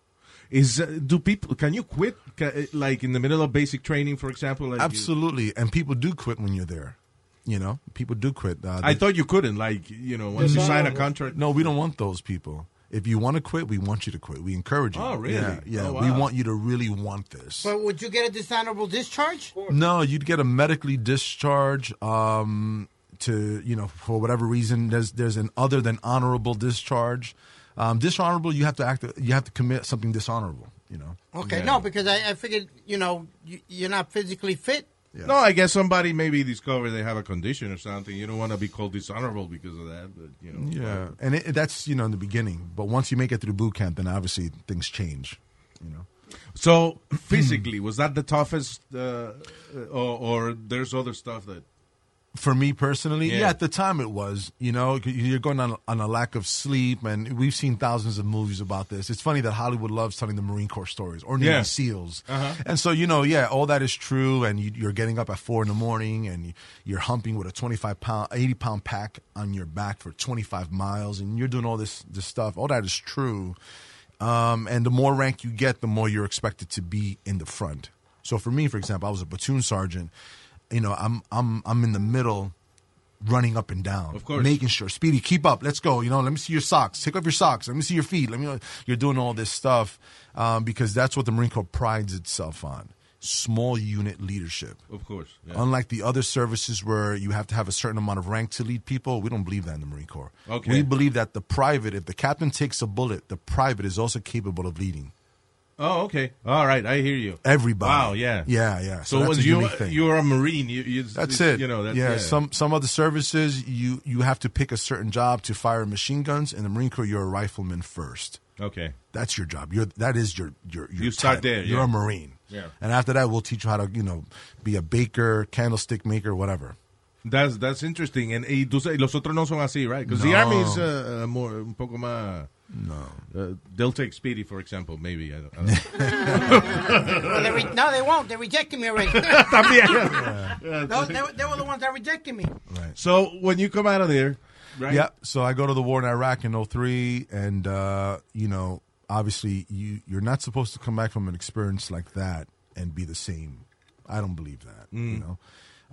Is uh, do people can you quit ca- eh, like in the middle of basic training, for example? Like you- Absolutely, and people do quit when you're there. You know, people do quit. Uh, I thought you couldn't. Like you know, once you sign a contract. No, we don't want those people. if you want to quit, we want you to quit. We encourage you. Oh, really? Yeah, yeah. Oh, we wow. want you to really want this. But would you get a dishonorable discharge? Oh. No, you'd get a medically discharge um, to you know for whatever reason. There's there's an other than honorable discharge. Um, dishonorable, you have to act. You have to commit something dishonorable. You know. Okay, no, because I, I figured, you know, you, you're not physically fit. No, I guess somebody maybe discovered they have a condition or something. You don't want to be called dishonorable because of that, but you know. Yeah, and it, that's you know in the beginning, but once you make it through boot camp, then obviously things change. So physically, was that the toughest, uh, or, or there's other stuff that? For me personally, yeah. Yeah. at the time it was, you know, you're going on on a lack of sleep, and we've seen thousands of movies about this. It's funny that Hollywood loves telling the Marine Corps stories or Navy Yeah. SEALs, Uh-huh. and so you know, yeah, all that is true, and you, you're getting up at four in the morning, and you're humping with a 25 pound, 80 pound pack on your back for 25 miles, and you're doing all this this stuff. All that is true. Um, and the more rank you get, the more you're expected to be in the front. So for me, for example, I was a platoon sergeant. You know, I'm I'm I'm in the middle, running up and down, of course. making sure Speedy, keep up, let's go. You know, let me see your socks, take off your socks, let me see your feet. Let me. You're doing all this stuff um, because that's what the Marine Corps prides itself on: small unit leadership. Of course. yeah. Unlike the other services where you have to have a certain amount of rank to lead people, we don't believe that in the Marine Corps. Okay. We believe that the private, if the captain takes a bullet, the private is also capable of leading. Oh, okay. All right, I hear you. Everybody. Wow. Yeah. Yeah, yeah. So So, that's when a you unique thing. you're a marine, you, you That's it. You know. That's, yeah, Some some other services you you have to pick a certain job to fire machine guns. In the Marine Corps, you're a rifleman first. Okay. That's your job. You're that is your your, your You start title. there, You're yeah. a Marine. Yeah. And after that, we'll teach you how to you know be a baker, candlestick maker, whatever. That's that's interesting. And y tú sabes, los otros no son así, right? Because the No. army is uh, uh, more un poco más. No. Uh, they'll take Speedy, for example. Maybe I don't. I Well, they re- no, they won't. They rejected me already. También. No, they, were- they were the ones that rejected me. don't know. so when you come out of there, right? Yeah. So I go to the war in Iraq in 03 and uh, you know, obviously you you're not supposed to come back from an experience like that and be the same. I don't believe that, you know.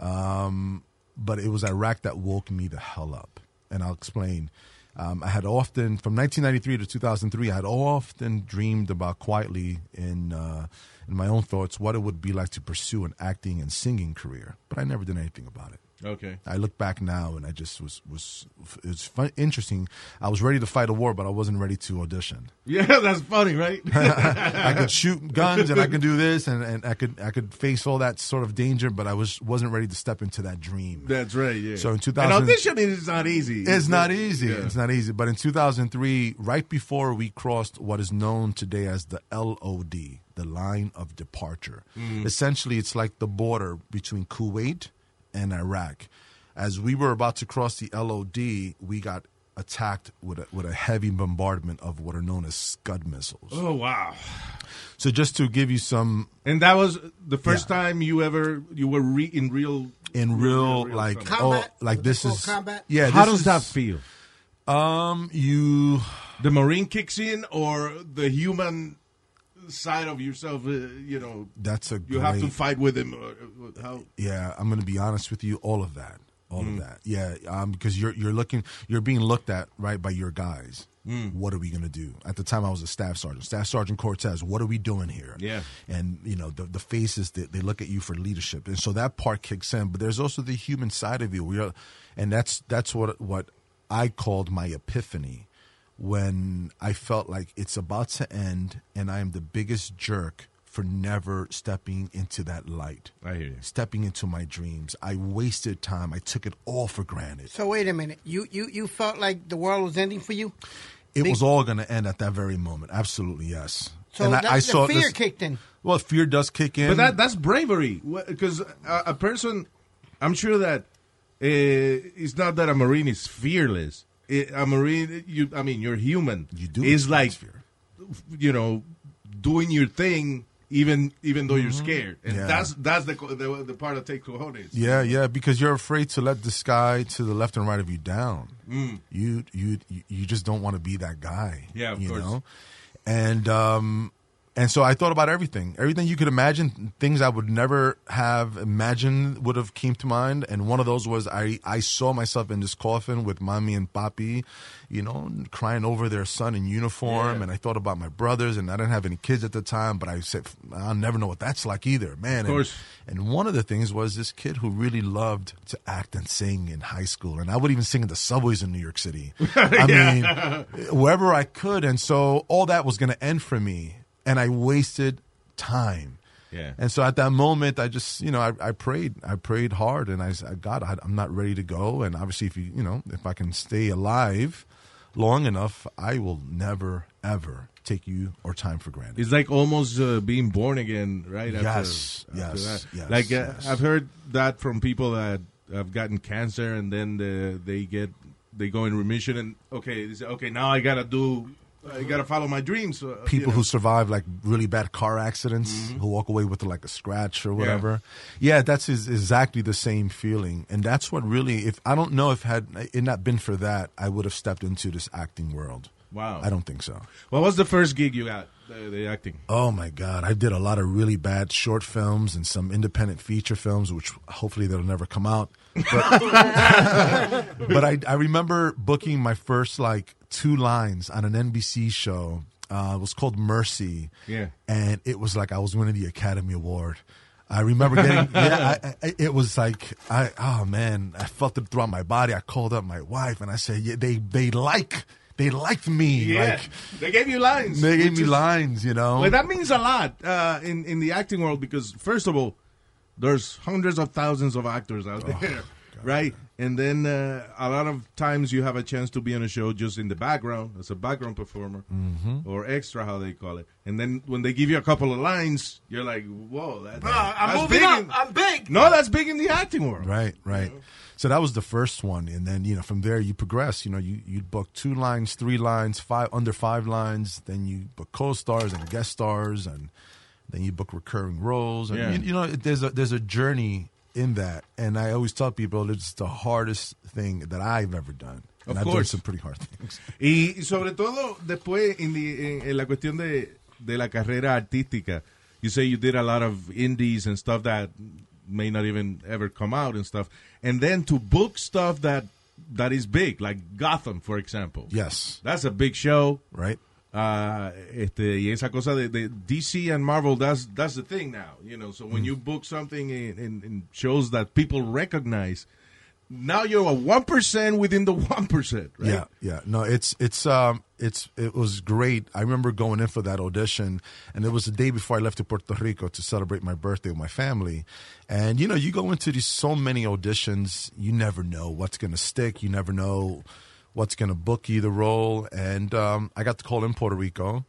Um, but it was Iraq that woke me the hell up. And I'll explain. Um, I had often, from 1993 to 2003, I had often dreamed about quietly in, uh, in my own thoughts what it would be like to pursue an acting and singing career. But I never did anything about it. Okay. I look back now and I just was was it's fun, interesting. I was ready to fight a war, but I wasn't ready to audition. Yeah, that's funny, right? I could shoot guns and I could do this and, and I could I could face all that sort of danger, but I was wasn't ready to step into that dream. That's right. Yeah. So in and 2000 auditioning is not easy. It's not easy. Yeah. It's not easy. But in 2003, right before we crossed what is known today as the LOD, the line of departure, Mm. essentially it's like the border between Kuwait and Iraq. As we were about to cross the LOD, we got attacked with a, with a heavy bombardment of what are known as Scud missiles. Oh wow! So just to give you some And that was the first time you ever you were re- in real in real, like combat? oh like this call is combat? yeah. How this does is- that feel? Um, you the marine kicks in or the human side of yourself. Uh, you know, That's a you have to great- fight with him. Or, or how? Yeah, I'm going to be honest with you. All of that, all Mm. of that. Yeah, um, because you're you're looking, you're being looked at right by your guys. Mm. What are we going to do? At the time, I was a staff sergeant, Staff Sergeant Cortez. What are we doing here? Yeah. and you know the the faces that they look at you for leadership, and so that part kicks in. But there's also the human side of you. We are, and that's that's what what I called my epiphany when I felt like it's about to end, and I am the biggest jerk for never stepping into that light. I hear you. Stepping into my dreams. I wasted time. I took it all for granted. So wait a minute. You you you felt like the world was ending for you. It Be- was all going to end at that very moment. Absolutely, yes. So that, the fear kicked in. Well, fear does kick in. But that that's bravery because a, a person, I'm sure that uh, it's not that a marine is fearless. It, a marine, you, I mean, you're human. You do. It's like, you know, doing your thing even even though you're scared, and Mm-hmm. Yeah. that's that's the, co- the the part that takes cojones. Yeah, yeah, because you're afraid to let the sky to the left and right of you down. Mm. You you you just don't want to be that guy. Yeah, of you course. know? And um And so I thought about everything, everything you could imagine, things I would never have imagined would have came to mind. And one of those was I, I saw myself in this coffin with mommy and papi, you know, crying over their son in uniform. Yeah. And I thought about my brothers, and I didn't have any kids at the time, but I said, I'll never know what that's like either, man. Of And- course. and one of the things was this kid who really loved to act and sing in high school. And I would even sing in the subways in New York City. I Yeah. mean, wherever I could. And so all that was going to end for me. And I wasted time. Yeah. And so at that moment, I just, you know, I, I prayed. I prayed hard and I said, God, I, I'm not ready to go. And obviously, if you, you know, if I can stay alive long enough, I will never, ever take you or time for granted. It's like almost uh, being born again, right? Yes, yes, yes, Like uh, yes. I've heard that from people that have gotten cancer and then the, they get they go in remission and okay, they say, okay, now I gotta do, I gotta follow my dreams. Uh, people you know. Mm-hmm. who survive like really bad car accidents who walk away with like a scratch or Yeah. whatever yeah, that's is exactly the same feeling and that's what really if i don't know if had it not been for that i would have stepped into this acting world Wow. i don't think so What was the first gig you got? The, the acting. Oh my God! I did a lot of really bad short films and some independent feature films, which hopefully they'll never come out. But, but I, I remember booking my first like two lines on an NBC show. Uh, it was called Mercy. Yeah. and it was like I was winning the Academy Award. I remember getting yeah. I, I, it was like I oh man, I felt it throughout my body. I called up my wife and I said, yeah, they they like they liked me. Like, they gave you lines. they gave which me is- lines, you know. Well, that means a lot uh, in in the acting world because first of all, there's hundreds of thousands of actors out Oh, there, right? And then uh, a lot of times you have a chance to be on a show just in the background as a background performer Mm-hmm. Mhm. or extra, how they call it. And then when they give you a couple of lines, you're like, "Whoa, that, I'm that's moving big up. in- I'm big. no, that's big in the acting world. Right, right. So that was the first one, and then you know from there you progress. You know you you book two lines, three lines, five under five lines. Then you book co-stars and guest stars, and then you book recurring roles. And Yeah. you, you know there's a there's a journey in that, and I always tell people it's the hardest thing that I've ever done. Of and I've done course. some pretty hard things. Y sobre todo después en, the- en- en la cuestión de, de la carrera artística, you say you did a lot of indies and stuff that may not even ever come out and stuff, and then to book stuff that that is big, like Gotham, for example. Yes. that's a big show, right? Uh, este, y esa cosa de, de DC and Marvel, that's that's the thing now, you know. So Mm. when you book something in, in, in shows that people recognize, now you're a one percent within the one percent, right? Yeah, yeah. No, it's it's um it's it was great. I remember going in for that audition, and it was the day before I left to Puerto Rico to celebrate my birthday with my family. And you know, you go into these so many auditions, you never know what's going to stick. You never know what's going to book you the role. And um, I got the call in Puerto Rico.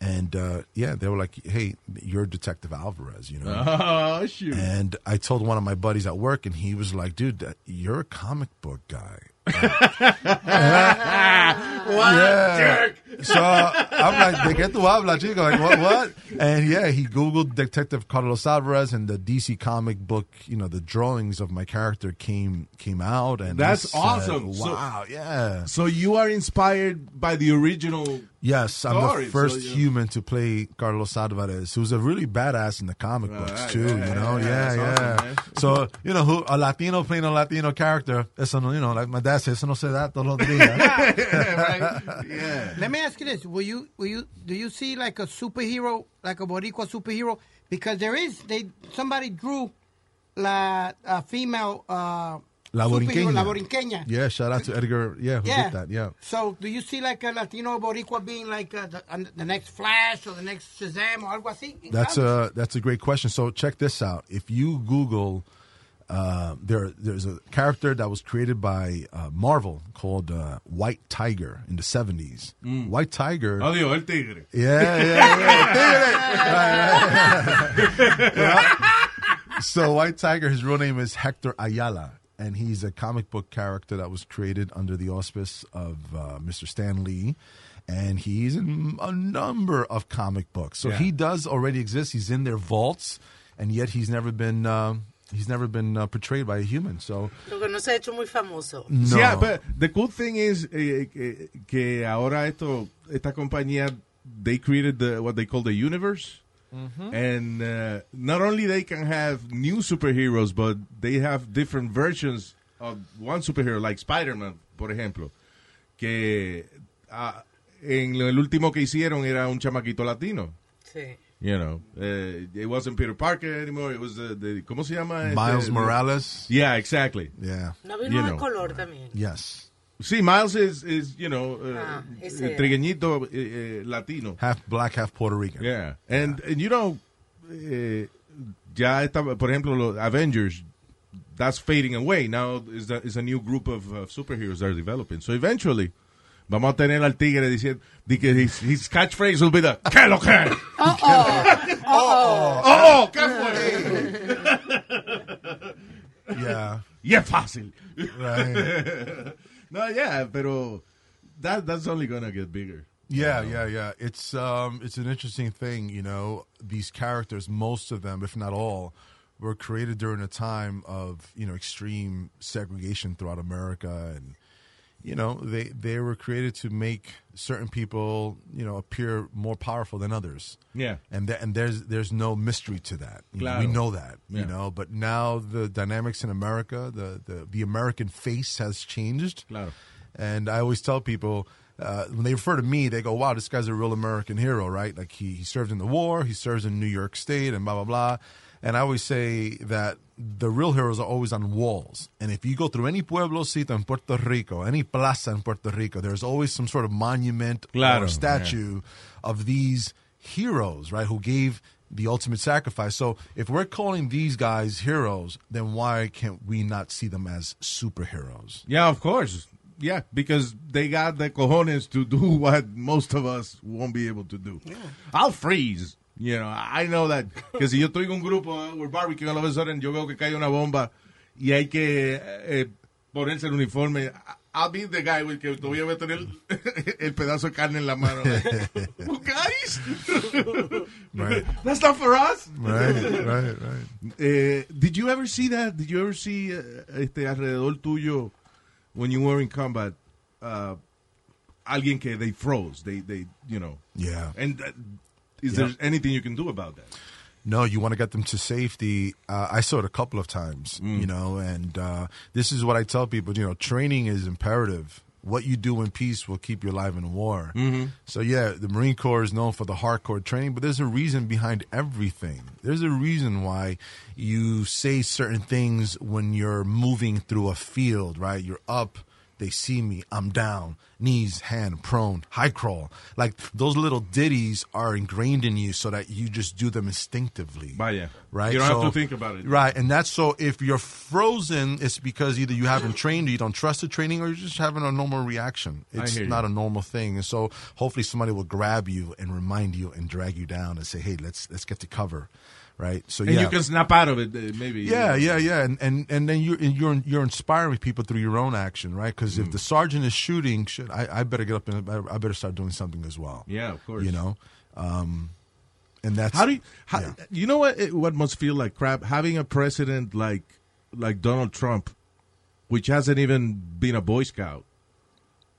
And uh, yeah, they were like, "Hey, you're Detective Alvarez," you know. Oh, shoot. And I told one of my buddies at work, and he was like, "Dude, that- you're a comic book guy." So I'm like, ¿de qué tú hablas, chico? Like, what, what? And yeah, he Googled Detective Carlos Alvarez, and the DC comic book, you know, the drawings of my character came came out, and I That's said, awesome. So- Wow, yeah. So you are inspired by the original. Yes, I'm Sorry, the so first you- human to play Carlos Alvarez, who's a really badass in the comic books right, too. yeah, you know, yeah, yeah, yeah, yeah. that's awesome, man. so you know, who a Latino playing a Latino character? Eso no, you know, like my dad says, eso no se da todos los días. Let me ask you this: Will you, will you, do you see like a superhero, like a Boricua superhero? Because there is, they somebody drew la a female uh, La superhero, Borinqueña. la Borinqueña. Yeah, shout out to Edgar. Yeah, who did that? Yeah. So, do you see like a Latino Boricua being like uh, the, um, the next Flash or the next Shazam or algo así? That's uh, a that's a great question. So check this out. If you Google, uh, there there's a character that was created by uh, Marvel called uh, White Tiger in the '70s. Mm. White Tiger. Adiós, el tigre. Yeah, yeah, yeah. Tigre. Right, right. Yeah. So White Tiger, his real name is Hector Ayala, and he's a comic book character that was created under the auspice of uh, Mr. Stan Lee. And he's in a number of comic books, so Yeah. he does already exist. He's in their vaults, and yet he's never been uh, he's never been uh, portrayed by a human. So Lo que no se ha hecho muy famoso. Mm. No. ah, Yeah, but the cool thing is eh, que, que ahora esto, esta compañía they created the what they call the universe. Mhm. And uh, not only they can have new superheroes, but they have different versions of one superhero, like Spider-Man, por ejemplo, que ah, en lo- el último que hicieron era un chamaquito latino. Sí. You know, eh, it wasn't Peter Parker anymore. It was the, the ¿cómo se llama? Este, Miles the- Morales. Yeah, exactly. Yeah. No vino You de know. color también. Yes. Sí, Miles is, is you know, eh, Ah, ese eh, era. trigueñito eh, eh, latino. Half black, half Puerto Rican. Yeah. And, and you know, eh, ya está, por ejemplo, los Avengers, that's fading away. Now is a, is a new group of, of superheroes that are developing. So eventually, vamos a tener al tigre diciendo, di que his, his catchphrase will be the, ¿qué lo que? Oh, oh. Oh, Oh, ¿qué fue? Yeah. Y es fácil. Right. no, yeah, pero that, that's only gonna get bigger. Yeah, You know? yeah, yeah. It's um, it's an interesting thing, you know. These characters, most of them, if not all, were created during a time of you know extreme segregation throughout America, and you know they they were created to make certain people you know appear more powerful than others. Yeah. and th- and there's there's no mystery to that. You know, Claro. we know that, Yeah. you know. But now the dynamics in America, the the, the American face has changed. And I always tell people uh, when they refer to me, they go, "Wow, this guy's a real American hero, right? Like he he served in the war, he serves in New York State, and blah blah blah." And I always say that the real heroes are always on walls. And if you go through any pueblocito in Puerto Rico, any plaza in Puerto Rico, there's always some sort of monument Claro, or statue of these heroes, right, who gave the ultimate sacrifice. So if we're calling these guys heroes, then why can't we not see them as superheroes? Yeah, of course. Yeah, because they got the cojones to do what most of us won't be able to do. I'll freeze. You know, I know that. Que si yo estoy en un grupo, uh, we're barbecuing, all of a sudden yo veo que cae una bomba y hay que eh, ponerse el uniforme. I- I'll be the guy with que todavía voy a tener el pedazo de carne en la mano. Well, guys? Right. That's not for us. Right, right, right. Eh, did you ever see that? Did you ever see eh, este alrededor tuyo when you were in combat? uh, alguien que they froze. They they you know. Yeah. And that- is Yeah. there anything you can do about that? No, you want to get them to safety. Uh, I saw it a couple of times, Mm. you know, and uh, this is what I tell people, you know, training is imperative. What you do in peace will keep you alive in war. Mhm. So, yeah, the Marine Corps is known for the hardcore training, but there's a reason behind everything. There's a reason why you say certain things when you're moving through a field, right? You're up, they see me, I'm down, knees, hand, prone, high crawl. Like those little ditties are ingrained in you so that you just do them instinctively. Vaya. Right? You don't So- have to think about it. Right, and that's so if you're frozen, it's because either you haven't trained, or you don't trust the training, or you're just having a normal reaction. I It's hear you. not a normal thing, and so hopefully somebody will grab you and remind you and drag you down and say, "Hey, let's let's get to cover," right? So and yeah, you can snap out of it, eh, maybe. yeah, yeah, yeah, and and and then you're and you're you're inspiring people through your own action, right? Because Hmm. if the sergeant is shooting, shit, I, I better get up and I, I better start doing something as well. Yeah, of course. You know, um, and that's How do you? How, You know what? It, what must feel like crap having a president like like Donald Trump, which hasn't even been a Boy Scout,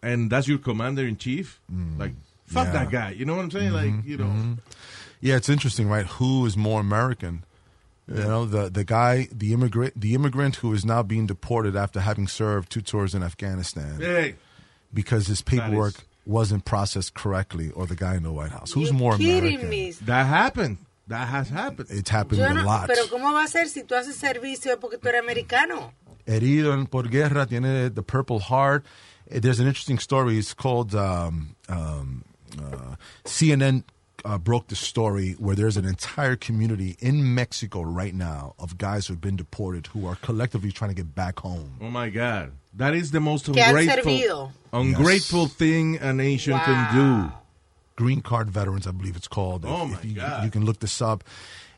and that's your commander in chief. Like fuck Mm. Yeah. that guy. You know what I'm saying? Like you know. Mhm. Yeah, it's interesting, right? Who is more American? You Yeah. know, the the guy, the immigrant, the immigrant who is now being deported after having served two tours in Afghanistan Hey. because his is- paperwork wasn't processed correctly, or the guy in the White House. Who's You more kidding American? me. That happened. That has happened. It's happened Yo a no- lot. pero ¿cómo va a ser si tú haces servicio porque tú eres americano? Herido en por guerra, tiene the Purple Heart. Eh, There's an interesting story. It's called um, um, uh, CNN uh, broke the story where there's an entire community in Mexico right now of guys who've been deported who are collectively trying to get back home. Oh my God, that is the most Que han ungrateful, servido. ungrateful thing a nation can do. Green Card Veterans, I believe it's called. Oh, my you, God. You can look this up.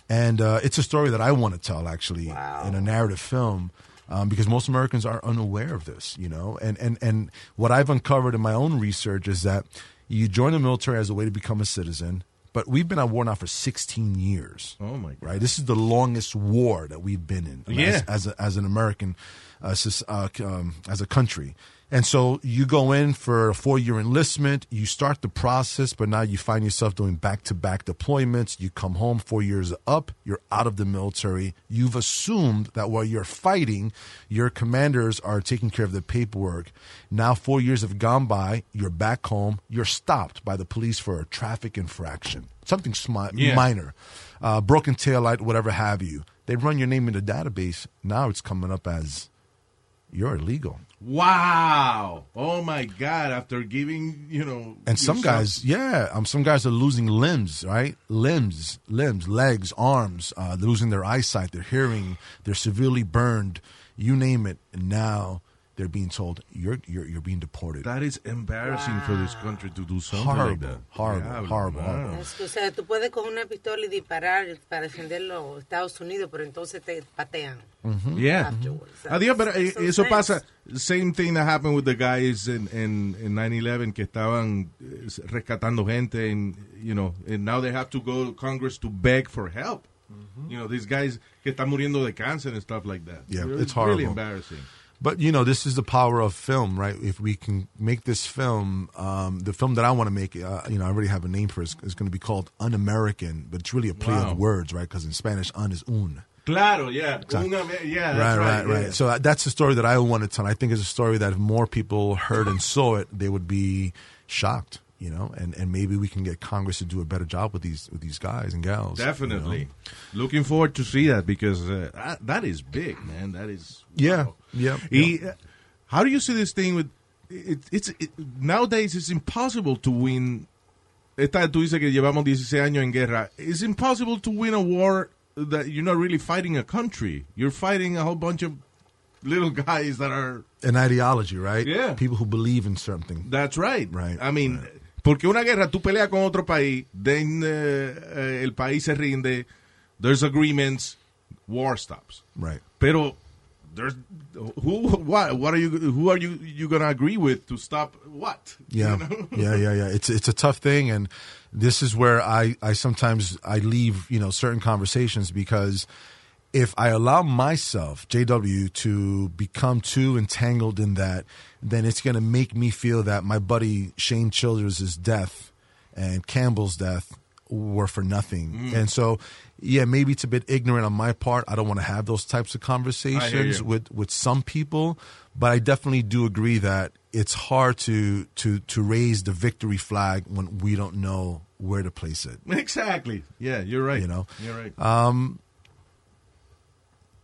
And uh, it's a story that I want to tell, actually, in a narrative film, um, because most Americans are unaware of this, you know? And, and, and what I've uncovered in my own research is that you join the military as a way to become a citizen, but we've been at war now for 16 years. Oh my God. Right? This is the longest war that we've been in Yeah. as, as, a, as an American, uh, sus- uh, c- um, as a country. And so you go in for a four year enlistment, you start the process, but now you find yourself doing back to back deployments. You come home four years up, you're out of the military. You've assumed that while you're fighting, your commanders are taking care of the paperwork. Now, four years have gone by, you're back home, you're stopped by the police for a traffic infraction, something smi- Yeah. minor, uh, broken taillight, whatever have you. They run your name in the database. Now it's coming up as you're illegal. Wow. Oh my God. After giving, you know. And some yourself- guys, yeah, um, some guys are losing limbs, right? Limbs, limbs, legs, arms. Uh, they're losing their eyesight, their hearing. They're severely burned. You name it. And now they're being told you're you're, you're being deported. That is embarrassing for this country to do something like Horrible, that. horrible, Yeah, horrible, wow. horrible. Es que, O sea, tú puedes coger una pistola y disparar para defender los Estados Unidos, pero entonces te patean. Yeah. Afterwards. Adiós, pero eh, So eso thanks. pasa. Same thing that happened with the guys in, in, in 9-11 que estaban eh, rescatando gente and, you know, and now they have to go to Congress to beg for help. You know, these guys que están muriendo de cáncer and stuff like that. Yeah, Really- it's horrible. Really embarrassing. But you know, this is the power of film, right? If we can make this film, um, the film that I want to make, uh, you know, I already have a name for it. It's going to be called Un-American, but it's really a play Wow. of words, right? Because in Spanish, un is un. Claro, yeah. Exactly. Una- yeah, right, that's right, right. yeah. So uh, that's the story that I wanted to tell. I think it's a story that if more people heard and saw it, they would be shocked, you know. And and maybe we can get Congress to do a better job with these with these guys and gals. you know? Definitely. Looking forward to see that because uh, that- that is big, man. That is Yeah, yeah, He- uh, How do you see this thing with it, it's it- nowadays it's impossible to win esta tú dices que llevamos 16 años en guerra. It's impossible to win a war that you're not really fighting a country. You're fighting a whole bunch of little guys that are An ideology, right? Yeah. People who believe in something. That's right. I mean, porque una guerra tú peleas con otro país, then eh, eh, el país se rinde, there's agreements, war stops. Right. Pero there's who what what are you who are you you going to agree with to stop what? Yeah, yeah, yeah, yeah. It's it's a tough thing, and this is where I I sometimes I leave you know certain conversations because if I allow myself JW to become too entangled in that, then it's going to make me feel that my buddy Shane Childers' death and Campbell's death were for nothing, Mm. and so. Yeah, maybe it's a bit ignorant on my part. I don't want to have those types of conversations you. with with some people, but I definitely do agree that it's hard to to to raise the victory flag when we don't know where to place it. Exactly. Yeah, you're right. You know, You're right. Um,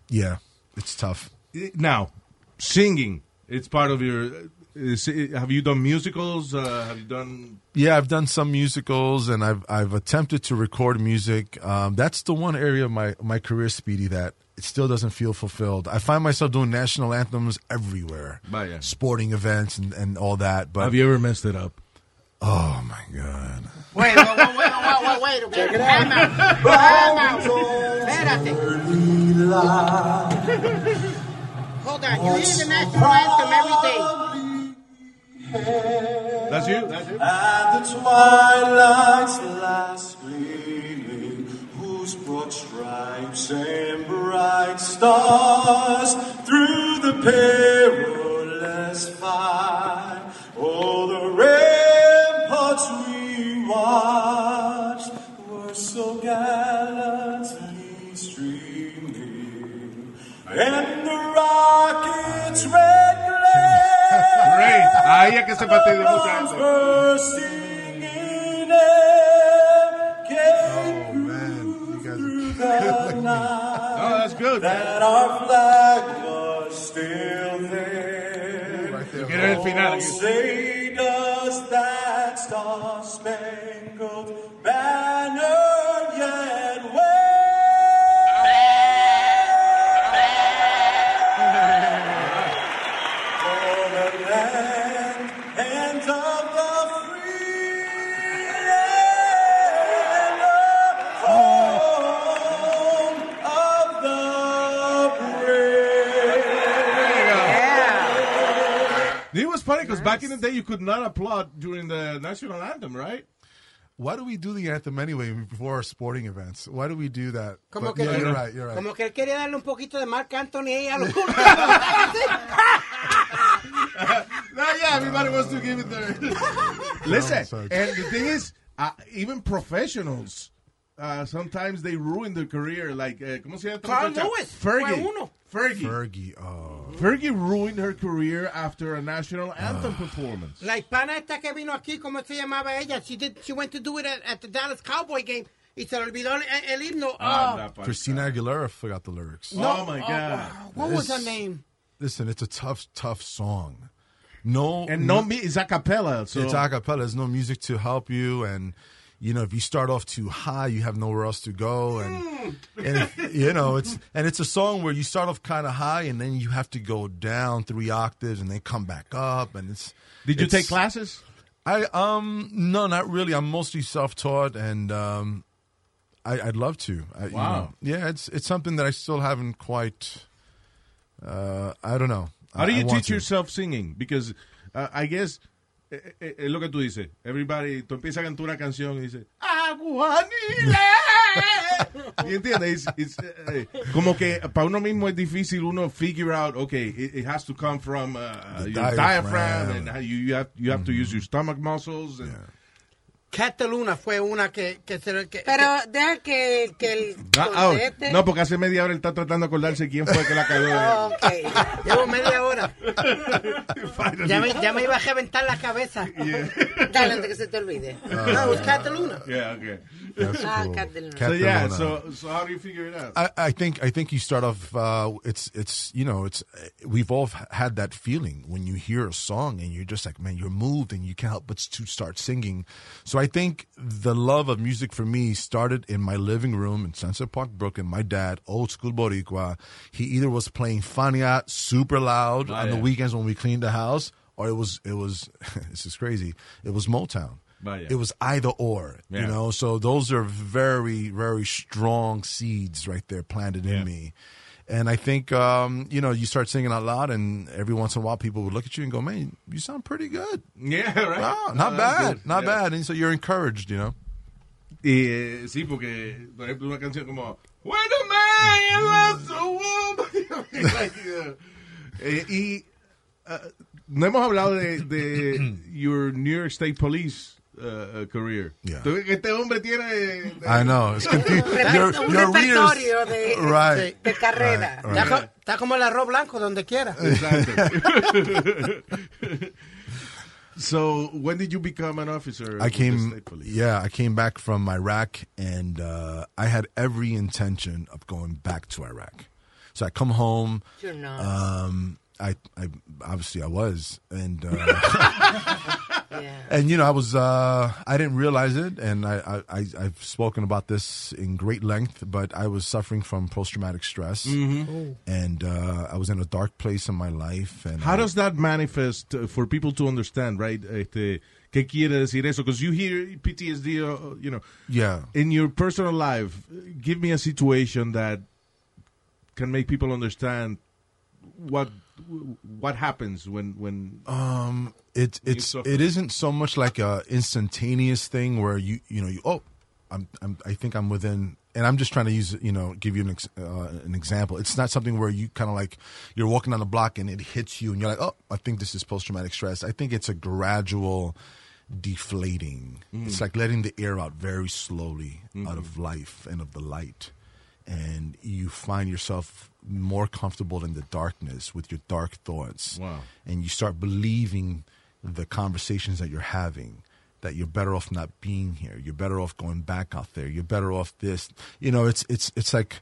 yeah, it's tough. Eh, now, singing, it's part of your is, have you done musicals? Uh, have you done Yeah, I've done some musicals and I've I've attempted to record music. Um, that's the one area of my my career, Speedy, that it still doesn't feel fulfilled. I find myself doing national anthems everywhere, Vaya. sporting events and, and all that. But Have you ever messed it up? Oh my god! Wait, wait, wait, wait, wait, wait. Check it out. Hold on. You hear the national anthem every day. That's you. That's you. And the twilight's last gleaming, whose broad stripes and bright stars through the perilous fight, all Oh, the ramparts we watched were so gallantly streaming, and the rockets' red glare. Great. Ahí es que se patea de mucha Bombs gente. bursting in air came through the night. Oh, that's good. That our flag was still there. Quiero el final. Oh, say does that star-spangled banner yet wave? For the land and of the home of the brave. It was funny because back in the day you could not applaud during the national anthem, right? Why do we do the anthem anyway before our sporting events? Why do we do that? Como But que, yeah, you're right. You're right. como que él quería darle un poquito de Marc Anthony ahí a los yeah, everybody wants to give it their. Listen, and the thing is, uh, even professionals, uh, sometimes they ruin their career. Like, uh, ¿cómo se llama? esta Carl muchacha? Lewis, Fergie. fue uno. Fergie. Fergie, oh. Fergie Ah. ruined her career after a national anthem performance. La hispana esta que vino aquí, ¿cómo se llamaba ella? She, did, she went to do it at, at the Dallas Cowboy game y se le olvidó el, el himno. Ah, Christina Aguilera forgot the lyrics. No. Oh, my Oh, God. what was her name? Listen, it's a tough, tough song. oh. No, And no mu- it's a cappella. so- It's a cappella. There's no music to help you, and you know if you start off too high, you have nowhere else to go, and Mm. and if- you know it's and it's a song where you start off kind of high, and then you have to go down three octaves, and then come back up, and it's. Did you it's- take classes? I um no, not really. I'm mostly self-taught, and um, I, I'd love to. I, you Wow. know. yeah, it's it's something that I still haven't quite. Uh, I don't know. How I- do I you want teach to. yourself singing? Because uh, I guess eh, eh, eh, lo que tú dices, everybody, tú empiezas a cantar una canción y dices, ¿y entiendes? It's- it's, eh, eh, como que para uno mismo es difícil uno figure out, okay, it, it has to come from uh, The your diaphragm, diaphragm. Mm-hmm. and how you, you have you have to use your stomach muscles. And, Cataluna fue una que, que se le... que- Pero deja que, que el Ah, ah, conteste. no, porque hace media hora él está tratando de acordarse quién fue que la cagó. Ok. Llevo media hora. Oh, ya, me, ya me iba a reventar la cabeza. Dale antes que se te olvide. no, it was Cataluna. Yeah, okay. That's Ah, cool. Catalina. So yeah, Catalina. so so how do you figure it out? I, I think I think you start off. Uh, it's it's you know it's we've all had that feeling when you hear a song and you're just like man you're moved and you can't help but to start singing. So I think the love of music for me started in my living room in Sunset Park, Brooklyn. My dad, old school Boricua, he either was playing Fania super loud Oh, on the yeah. weekends when we cleaned the house, or it was it was this is crazy. It was Motown. Vaya. It was either or, Oh, Yeah. you know. So those are very, very strong seeds right there planted in me. And I think um, you know, you start singing out loud, and every once in a while, people would look at you and go, "Man, you sound pretty good. Yeah, right. Wow, Ah, No, not that's bad, good. not Yeah. bad." And so you're encouraged, you know. Y eh, sí, porque, por ejemplo, una canción como When a man loves a woman. Like, uh, eh, y uh, no hemos hablado de, de your New York State Police uh, uh, career. ¿Tú ves que este hombre tiene. eh, I know it's confusing. Un repertorio de, Right. de carrera. Right, right. Está, co- está como el arroz blanco donde quiera. so, when did you become an officer? I with the came, state police? yeah, I came back from Iraq, and uh, I had every intention of going back to Iraq. So I come home. You're not. Um, I, I obviously I was, and uh, and you know I was. Uh, I didn't realize it, and I, I, I I've spoken about this in great length, but I was suffering from post traumatic stress, Mhm. Oh. and uh, I was in a dark place in my life, and How does that manifest uh, for people to understand, right? Este, ¿Qué quiere decir eso? Because you hear PTSD, uh, you know. Yeah. In your personal life, give me a situation that can make people understand what what happens when when Um, it When you it's suffer. it isn't so much like a instantaneous thing where you you know you oh I'm, I'm I think I'm within and I'm just trying to use you know give you an ex, uh, an example. It's not something where you kind of like you're walking down the block and it hits you and you're like oh I think this is post traumatic stress. I think it's a gradual deflating. Mm. It's like letting the air out very slowly Mm-hmm. out Mhm. of life and of the light. And you find yourself more comfortable in the darkness with your dark thoughts. Wow. And you start believing the conversations that you're having that you're better off not being here. You're better off going back out there. You're better off this. You know, it's it's it's like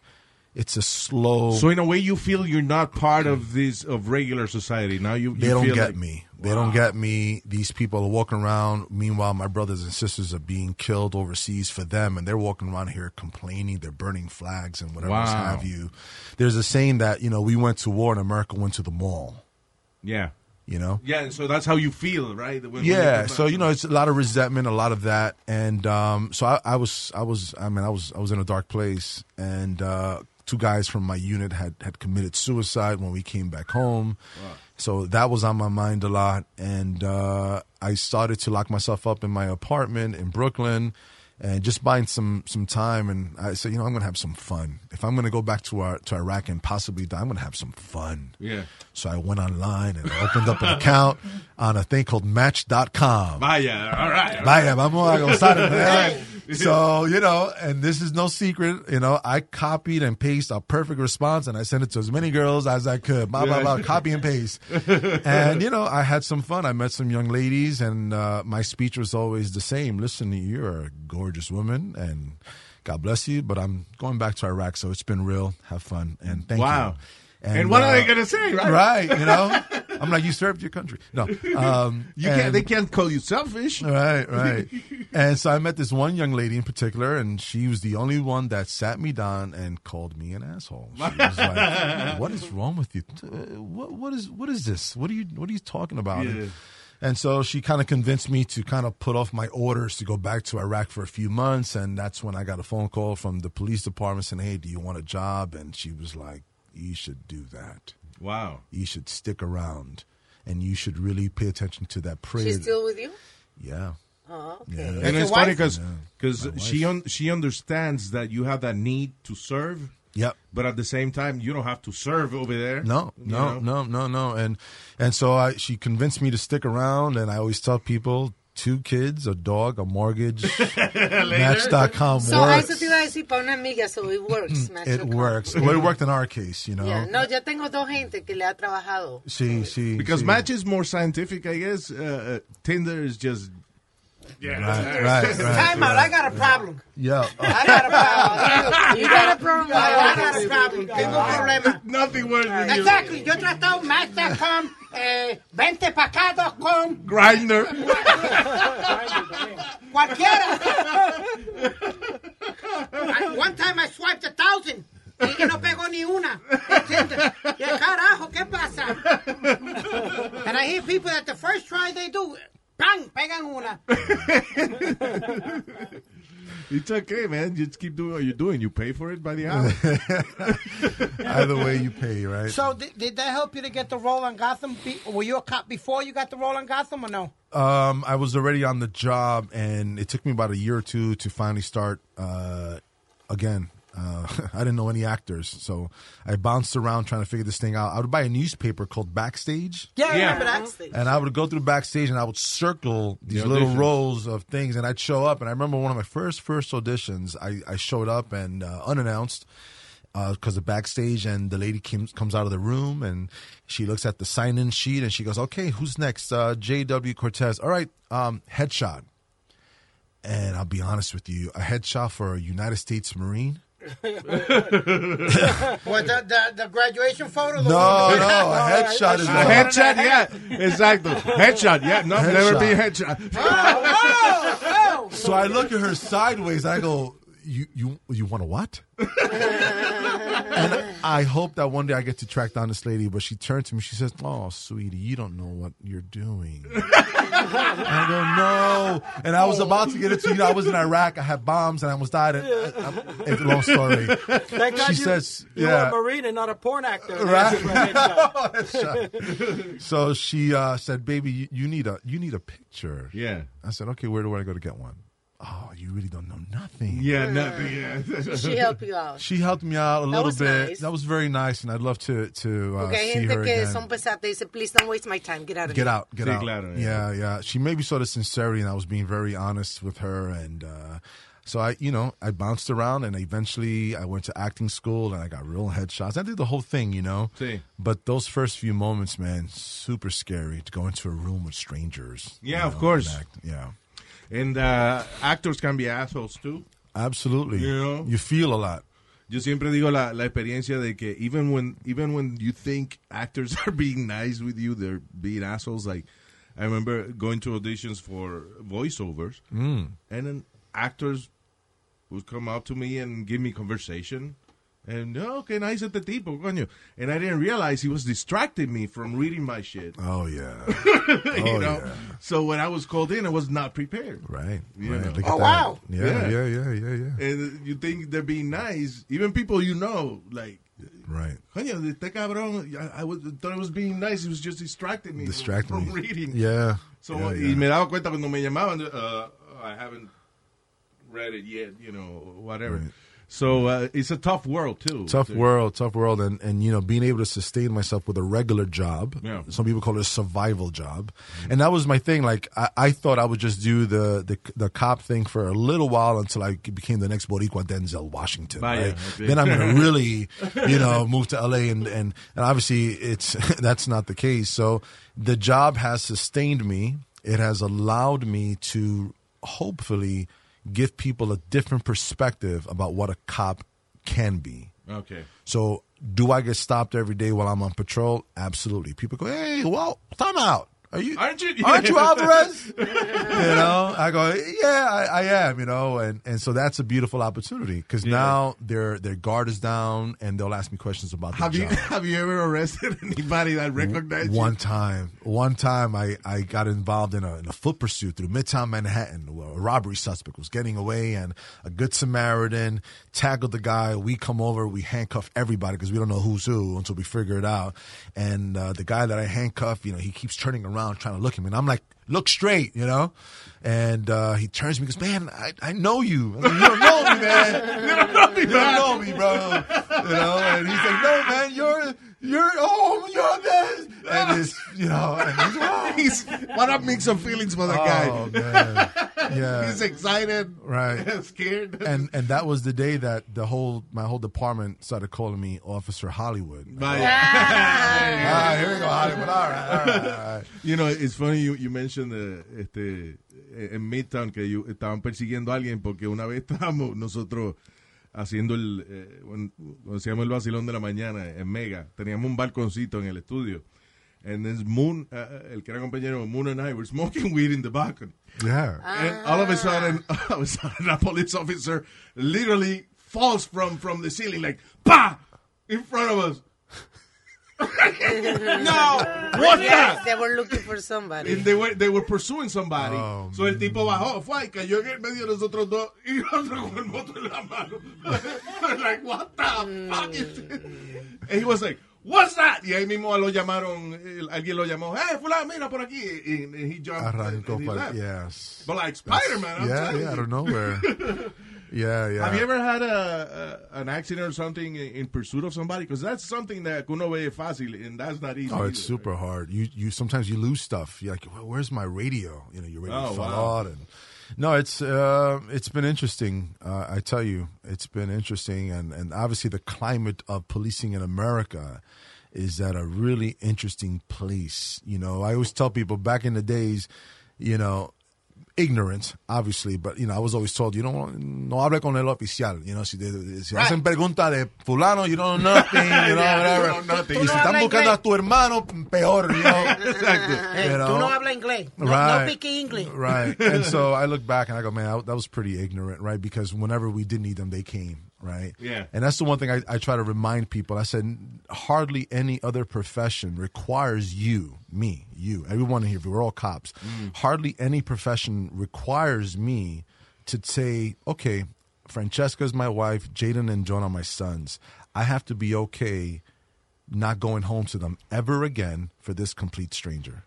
it's a slow So in a way, you feel you're not part of this of regular society. Now you, you they don't feel get like- me. They don't get me. These people are walking around. Meanwhile, my brothers and sisters are being killed overseas for them, and they're walking around here complaining. They're burning flags and whatever else Wow. have you. There's a saying that you know we went to war and America went to the mall. Yeah. You know. Yeah. So that's how you feel, right? When- when you yeah come so back. you know it's a lot of resentment a lot of that and um, so I, I was i was i mean i was i was in a dark place and uh, two guys from my unit had had committed suicide when we came back home Wow. so that was on my mind a lot and uh, i started to lock myself up in my apartment in brooklyn and just buying some some time. And I said, you know, I'm going to have some fun. If I'm going to go back to our to Iraq and possibly die, I'm going to have some fun. Yeah. So I went online and I opened up an account on a thing called Match.com. Vaya, all right. all Vaya, right. vamos a gozar. ¿verdad? so, you know, and this is no secret. You know, I copied and pasted a perfect response and I sent it to as many girls as I could. Blah, blah, blah. Copy and paste. And, you know, I had some fun. I met some young ladies and uh, my speech was always the same. Listen, you're a gorgeous woman and God bless you, but I'm going back to Iraq. So it's been real. Have fun and thank Wow. you. And what are they uh, gonna say, right? Right, you know? I'm like, you served your country. No. Um, You can't- they can't call you selfish. Right, right. and so I met this one young lady in particular, and she was the only one that sat me down and called me an asshole. She was like, "What is wrong with you? Uh, What what is what is this? What are you what are you talking about?" Yeah. And, and so she kind of convinced me to kind of put off my orders to go back to Iraq for a few months, and that's when I got a phone call from the police department saying, "Hey, do you want a job?" And she was like, "You should do that. Wow, you should stick around." And you should really pay attention to that prayer. She's still with you? Yeah. Oh, okay. Yeah. And it's funny because Yeah. she un- she understands that you have that need to serve. Yep. But at the same time, you don't have to serve over there. No, you no, know? no, no, no. And and so I, she convinced me to stick around. And I always tell people: two kids, a dog, a mortgage. Match.com So ah, works. eso Mm, te iba a decir para una amiga, so it works, macho. It works. Well, it worked in our case, you know. Yeah, No, yo tengo dos gente que le ha trabajado. See, see, Because see. Match is more scientific, I guess. Uh, uh, Tinder is just. Yeah. Right, right, right. Time out. I got a problem. Yeah. I got a problem. You got a problem. I got a problem. Tengo un problema. Nothing worse than you. Exactly. Yo he tratado Match.com, eh, vente pa' acá, dot com, Grinder. cualquiera. I- One time I swiped a thousand. Y que no pegó ni una. ¿Entiendes? ¿Qué carajo? ¿Qué pasa? And I hear people that the first try they do, bang, pegan una. It's okay, man. Just keep doing what you're doing. You pay for it by the hour. Either way, you pay, right? So did, did that help you to get the role on Gotham? Be, were you a cop before you got the role on Gotham or no? Um, I was already on the job, and it took me about a year or two to finally start uh, again. Uh, I didn't know any actors, so I bounced around trying to figure this thing out. I would buy a newspaper called Backstage. Yeah, I remember that. Backstage. And I would go through Backstage, and I would circle these The little auditions. rows of things, and I'd show up. And I remember one of my first first auditions. I, I showed up and uh, unannounced because the backstage and the lady comes comes out of the room and she looks at the sign in sheet and she goes, "Okay, who's next? Uh, J.W. Cortez. All right, um, headshot." And I'll be honest with you, a headshot for a United States Marine. What the, the, the graduation photo? The No, one- no, a headshot is A headshot, yeah. Exactly. Headshot, yeah. No, Headshot. never be a headshot. Oh, oh. So I look at her sideways. I go, "You you you want a what?" and I hope that one day I get to track down this lady. But she turned to me. She says, "Oh, sweetie, you don't know what you're doing." I go, "No," and I was about to get it to you. know, I was in Iraq. I had bombs, and I almost died. And I, I'm, it's a long story. Thank God she you, says, you "Yeah." are a marine and not a porn actor. Right. That's what I meant. so she uh, said, "Baby, you, you need a you need a picture." Yeah. I said, "Okay, where do I go to get one?" Oh, you really don't know nothing. Yeah, nothing. Yeah. She helped you out. She helped me out a little was bit. nice. That was very nice, and I'd love to to uh, Porque hay see gente her que again. son pesadas. They say, please don't waste my time. Get out of Get here. out, get Sí, out. claro, yeah. yeah, She maybe saw the sincerity, and I was being very honest with her. And uh, so I, you know, I bounced around, and eventually I went to acting school, and I got real headshots. I did the whole thing, you know. Sí. But those first few moments, man, super scary to go into a room with strangers. Yeah, you of know, course. and act- yeah, And uh, actors can be assholes too. absolutely. You know? you feel a lot. Yo siempre digo la, la experiencia de que even when even when you think actors are being nice with you, they're being assholes. Like I remember going to auditions for voiceovers, Mm. and then actors would come up to me and give me conversation. And oh, qué nice este tipo, coño. And I didn't realize he was distracting me from reading my shit. Oh yeah, you Oh, know. yeah. So when I was called in, I was not prepared. right. You right. know. Look at Oh, that. wow. Yeah, Yeah. yeah, yeah, yeah, yeah. And you think they're being nice, even people you know, like Right. Coño, este cabrón, I, I was, thought it was being nice. It was just distracting me Distracting from, me. reading. Yeah. So, Yeah, y yeah. me daba cuenta cuando me llamaban, uh, I haven't read it yet, you know, whatever. So uh, it's a tough world too. Tough world, tough world, and and you know being able to sustain myself with a regular job. Yeah. Some people call it a survival job, and that was my thing. Like I, I thought I would just do the, the the cop thing for a little while until I became the next Boricua Denzel Washington. Vaya, right? okay. Then I'm gonna really, you know, move to LA, and and and obviously it's that's not the case. So the job has sustained me. It has allowed me to hopefully give people a different perspective about what a cop can be. Okay. So, do I get stopped every day while I'm on patrol? Absolutely. People go, "Hey, well, time out. Are you? Aren't you? Aren't you Alvarez?" you know, I go, "Yeah, I, I am." You know, and and so that's a beautiful opportunity because now their their guard is down, and they'll ask me questions about their Have you job. have you ever arrested anybody that recognized One you? time, one time, I, I got involved in a, in a foot pursuit through Midtown Manhattan, where a robbery suspect was getting away, and a good Samaritan tackled the guy. We come over, we handcuff everybody because we don't know who's who until we figure it out. And uh, the guy that I handcuffed, you know, he keeps turning around trying to look at me, and I'm like, look straight, you know. And uh, he turns to me, and goes, man, I, I know you. I'm like, you don't know me, man. you don't know me, man." bro. You know, and he's like, no, man, you're you're oh you're this, and it's you know, and he's He's, what up, mix some feelings for that Oh, guy? man. Yeah. He's excited, Right. scared. and and that was the day that the whole my whole department started calling me Officer Hollywood. Ah, here we go, Hollywood. All right, all right, all right. You know, it's funny you, you mentioned uh, este, eh, en Midtown que you- estaban persiguiendo a alguien porque una vez estábamos nosotros haciendo el, eh, un- cuando hacíamos el vacilón de la mañana en Mega, teníamos un balconcito en el estudio. And then Moon, uh, el que era compañero, Moon and I were smoking weed in the balcony. Yeah. And all of a sudden, all of a sudden, a police officer literally falls from from the ceiling like, pa, in front of us. no, what's that? They were looking for somebody. And they were, they were pursuing somebody. Oh, so el tipo bajó, fue y cayó en el medio de nosotros dos y otro con el moto en la mano. We're like, what the fuck is this? And he was like, what's that? Y ahí mismo lo llamaron, eh, alguien lo llamó, hey, fulano, mira por aquí. And, and he jumped. Arrancó and he para- left. yes. But like Spider-Man, I'm yeah, telling yeah, you. out of nowhere. Yeah, yeah. Have you ever had a, a an accident or something in, in pursuit of somebody? Because that's something that uno ve fácil, and that's not easy. Oh, it's either. super hard. You you sometimes you lose stuff. You're like, "Where- where's my radio? You know, your radio Oh, fell wow. out, and no, it's uh, it's been interesting. Uh, I tell you, it's been interesting, and and obviously the climate of policing in America is at a really interesting place. You know, I always tell people back in the days, you know, ignorant, obviously, but you know, I was always told, you know, no hable con el oficial. You know, si, te- si hacen pregunta de fulano, you don't know nothing, you know, Yeah, you whatever. don't know nothing. Y si Tú no están hablas buscando inglés. a tu hermano, peor, you know. You Hey, Tú know? no hablas inglés. No, no Right. pique inglés. Right. And so I look back and I go, man, I, that was pretty ignorant, right? Because whenever we did need them, they came, right? Yeah. And that's the one thing I, I try to remind people. I said, hardly any other profession requires you, me, you, everyone here, we're all cops. Hardly any profession requires me to say, okay, Francesca's my wife, Jaden and John are my sons. I have to be okay not going home to them ever again for this complete stranger.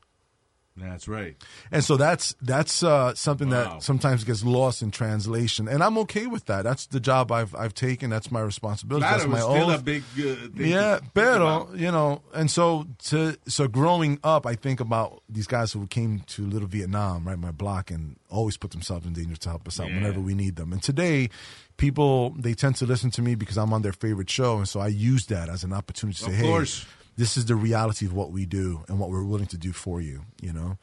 That's right. And so that's that's uh, something Wow. that sometimes gets lost in translation, and I'm okay with that. That's the job I've I've taken. That's my responsibility. Claro, that's my it's still oath. a big, uh, thing to yeah, think pero you know, and so to so growing up, I think about these guys who came to Little Vietnam, right, my block, and always put themselves in danger to help us out Yeah. whenever we need them. And today, people they tend to listen to me because I'm on their favorite show, and so I use that as an opportunity to say, Of hey. course. This is the reality of what we do and what we're willing to do for you, you know?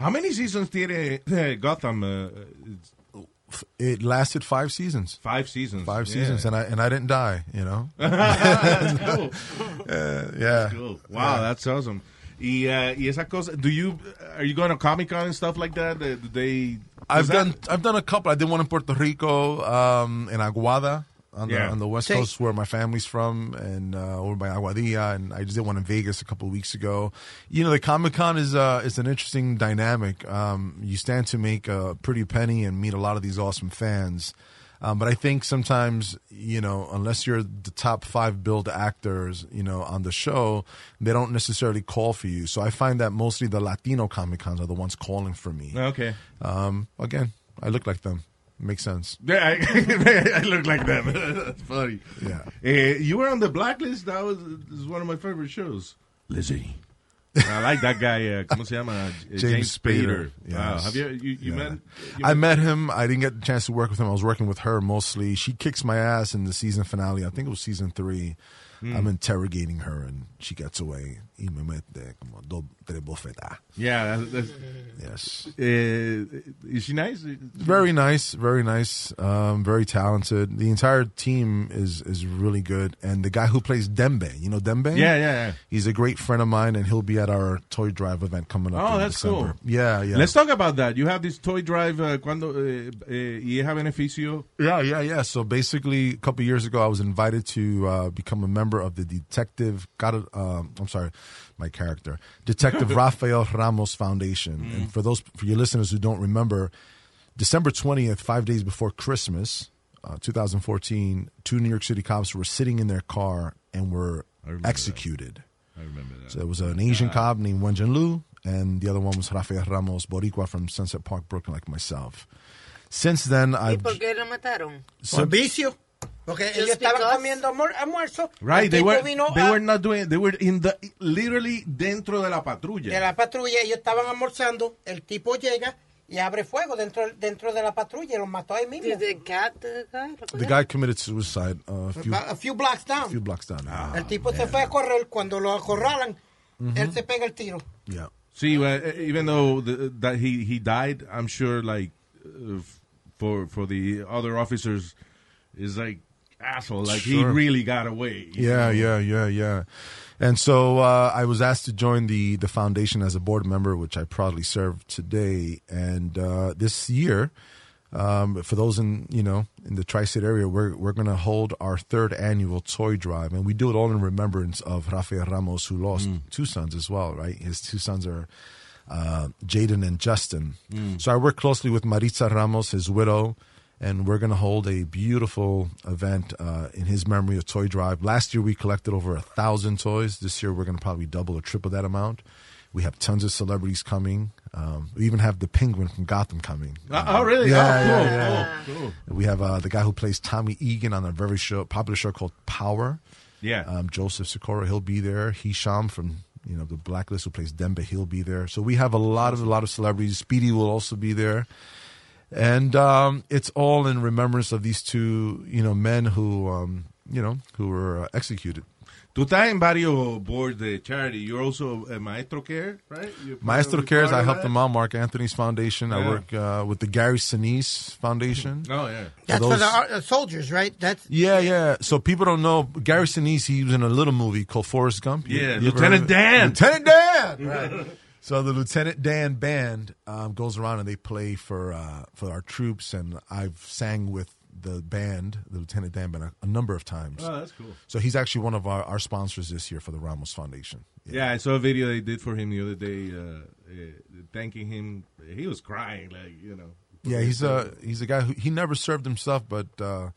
How many seasons tiene eh, Gotham? Uh, it lasted five seasons. Five seasons. Five yeah. seasons, and I and I didn't die. You know. Cool. Uh, yeah. That's cool. Wow, that's awesome. Y, uh, y esas cosas, do you, are you going to Comic Con and stuff like that? Uh, Do they, I've is that- done I've done a couple. I did one in Puerto Rico, um, in Aguada. On the, Yeah. on the West Sí. Coast, where my family's from, and uh, over by Aguadilla, and I just did one in Vegas a couple of weeks ago. You know, the Comic Con is uh, is an interesting dynamic. Um, you stand to make a pretty penny and meet a lot of these awesome fans. Um, but I think sometimes, you know, unless you're the top five billed actors, you know, on the show, they don't necessarily call for you. So I find that mostly the Latino Comic Cons are the ones calling for me. Oh, Okay. Um, again, I look like them. Makes sense. Yeah, I, I look like that. That's funny. Yeah. Eh, you were on the blacklist. That was, this is one of my favorite shows. Lizzie. I like that guy. Uh, ¿Cómo se llama? Eh, James, Spader. Wow. Yes. Have you you, you Yeah. met? you I met him. I didn't get the chance to work with him. I was working with her mostly. She kicks my ass in the season finale. I think it was season three. Hmm. I'm interrogating her and she gets away. Y me mete como dos, tres bofetadas. Yeah. That's, that's, yes. is she nice? Eh, Very nice, very nice, um, very talented. The entire team is is really good, and the guy who plays Dembe, you know Dembe, Yeah, yeah, yeah. he's a great friend of mine, and he'll be at our toy drive event coming up. Oh, in that's December. cool. Yeah, yeah. Let's talk about that. You have this toy drive. Uh, cuando eh, eh, y deja beneficio. Yeah, yeah, yeah. So basically, a couple years ago, I was invited to uh, become a member of the detective. Got it. Um, I'm sorry, my character, Detective Rafael Ramos Foundation. Mm. And for those for your listeners who don't remember, December 20th, five days before Christmas, uh, 2014, two New York City cops were sitting in their car and were executed. I remember that. So there was an Asian cop named Wen Jin Lu, and the other one was Rafael Ramos Boricua from Sunset Park, Brooklyn, like myself. Since then, ¿Y I've por qué lo mataron? So- vicio. Porque Just ellos estaban because- comiendo amor- almuerzo. Right, El they tipo were vino they a- were not doing they were in the literally dentro de la patrulla. de la patrulla, ellos estaban almorzando, el tipo llega y abre fuego dentro, dentro de la patrulla y los mató ahí mismo. The guy committed suicide uh, a few About a Ah. few blocks down. a few blocks down. Ah, el tipo se fue a correr, cuando lo acorralan, él se pega el tiro. Yeah. See, well, e- even though the, that he he died, I'm sure like uh, f- for for the other officers is like asshole. Like he Sure. really got away. you Yeah, yeah, know? yeah, yeah. And so uh, I was asked to join the the foundation as a board member, which I proudly serve today. And uh, this year, um, for those in you know in the tri-state area, we're we're going to hold our third annual toy drive, and we do it all in remembrance of Rafael Ramos, who lost Hmm. two sons as well. Right, his two sons are. Uh, Jaden and Justin. Hmm. So I work closely with Maritza Ramos, his widow, and we're going to hold a beautiful event uh, in his memory of toy drive last year we collected over a thousand toys this year we're going to probably double or triple that amount we have tons of celebrities coming um, we even have the penguin from gotham coming Uh, oh, really? yeah, Oh, yeah, cool, yeah. cool, cool. we have uh, the guy who plays tommy egan on a very show, popular show called power Yeah. um, joseph Sikora, he'll be there hisham from you know the blacklist who plays demba he'll be there so we have a lot of a lot of celebrities speedy will also be there and um, it's all in remembrance of these two, you know, men who, um, you know, who were uh, executed. Tú estás en varios boards de charity. You're also a maestro care, right? You're part Maestro of- Cares, part I of helped that? them out. Mark Anthony's foundation. I Yeah. work uh, with the Gary Sinise Foundation. Oh yeah. That's Those- for the uh, soldiers, right? That's Yeah, yeah. So people don't know Gary Sinise. He was in a little movie called Forrest Gump. Yeah, ever Lieutenant heard of it? Dan. Lieutenant Dan. Right. so the Lieutenant Dan band um, goes around and they play for uh, for our troops, and I've sang with the band, the Lieutenant Dan band, a, a number of times. Oh, that's cool. So he's actually one of our, our sponsors this year for the Ramos Foundation. Yeah, I saw a video they did for him the other day, uh, uh, thanking him. He was crying, like you know. Yeah, he's uh, a he's a guy who he never served himself, but uh,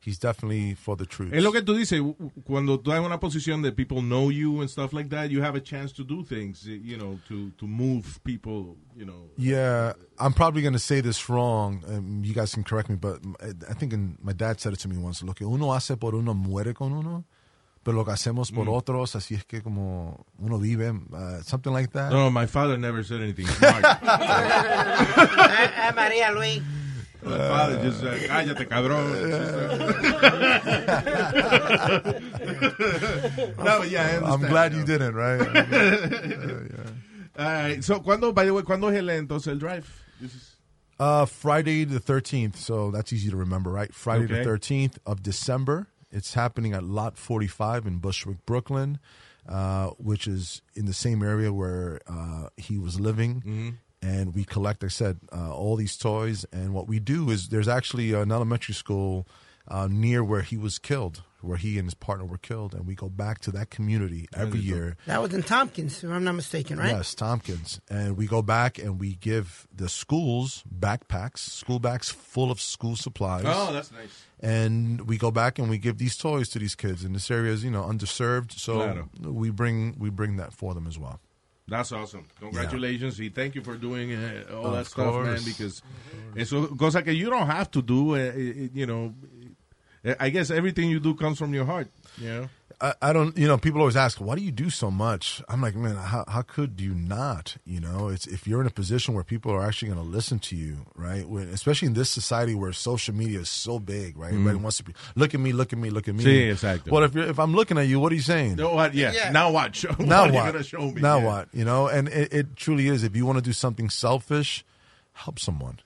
he's definitely for the troops. Es lo que tú dices, cuando tú en una posición de people know you and stuff like that, you have a chance to do things, you know, to, to move people, you know. Yeah, I'm probably going to say this wrong. Um, you guys can correct me, but I- I think in, my dad said it to me once. Lo que uno hace por uno muere con uno, pero lo que hacemos por Mm. otros, así es que como uno vive, uh, something like that. No, my father never said anything smart. Ah, ah, María Luis. my father just, uh, cállate, cabrón. Eh. no, but yeah, I understand. I'm glad you you know. didn't, right? All right, so, ¿cuándo, by the way, ¿cuándo es el, entonces, el drive? This is- Uh, Friday the 13th, so that's easy to remember, right? Friday the Okay. 13th of December. It's happening at Lot 45 in Bushwick, Brooklyn, uh, which is in the same area where uh, he was living. And we collect, like I said, uh, all these toys. And what we do is there's actually an elementary school uh, near where he was killed, where he and his partner were killed. And we go back to that community every year. That was in Tompkins, if I'm not mistaken, right? Yes, Tompkins. And we go back and we give the schools backpacks, school bags full of school supplies. Oh, that's nice. And we go back and we give these toys to these kids. And this area is, you know, underserved. So Claro. we bring we bring that for them as well. That's awesome. Congratulations y thank you for doing uh, all Of that stuff, man, course. because eso cosa que you don't have to do, eh, eh, you know. eh, I guess everything you do comes from your heart. Yeah. I, I don't, you know, people always ask, why do you do so much? I'm like, man, how, how could you not? You know, it's if you're in a position where people are actually going to listen to you, right? When, especially in this society where social media is so big, right? Mhm. Everybody wants to be, look at me, look at me, look at me. Sí, exacto. Well, if, you're, if I'm looking at you, what are you saying? No, Oh, what? Yeah. Now what? Show- Now what what? are you gonna show me? Now Yeah. what? You know, and it, it truly is. If you want to do something selfish, help someone.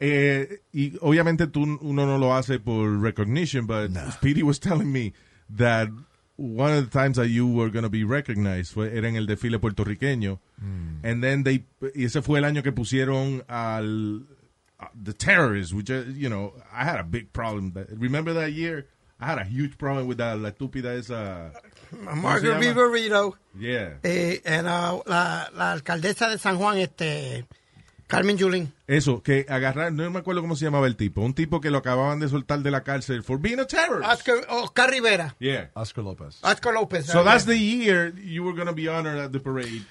Eh, y obviamente tú, uno no lo hace por recognition, but Speedy was telling me that one of the times that you were going to be recognized fue, era en el desfile puertorriqueño. And then they, y ese fue el año que pusieron al uh, the terrorists, which, uh, you know, I had a big problem. that- remember that year? I had a huge problem with that, la estúpida esa. ¿cómo se Margaret llama? Viverito. Yeah. Eh, era la, la alcaldesa de San Juan, este, Carmen Yulín. Eso, que agarrar, no me acuerdo cómo se llamaba el tipo, un tipo que lo acababan de soltar de la cárcel for being a terrorist. Oscar, Oscar Rivera. Yeah. Oscar Lopez. Oscar López. So that's the year you were going to be honored uh, at the parade.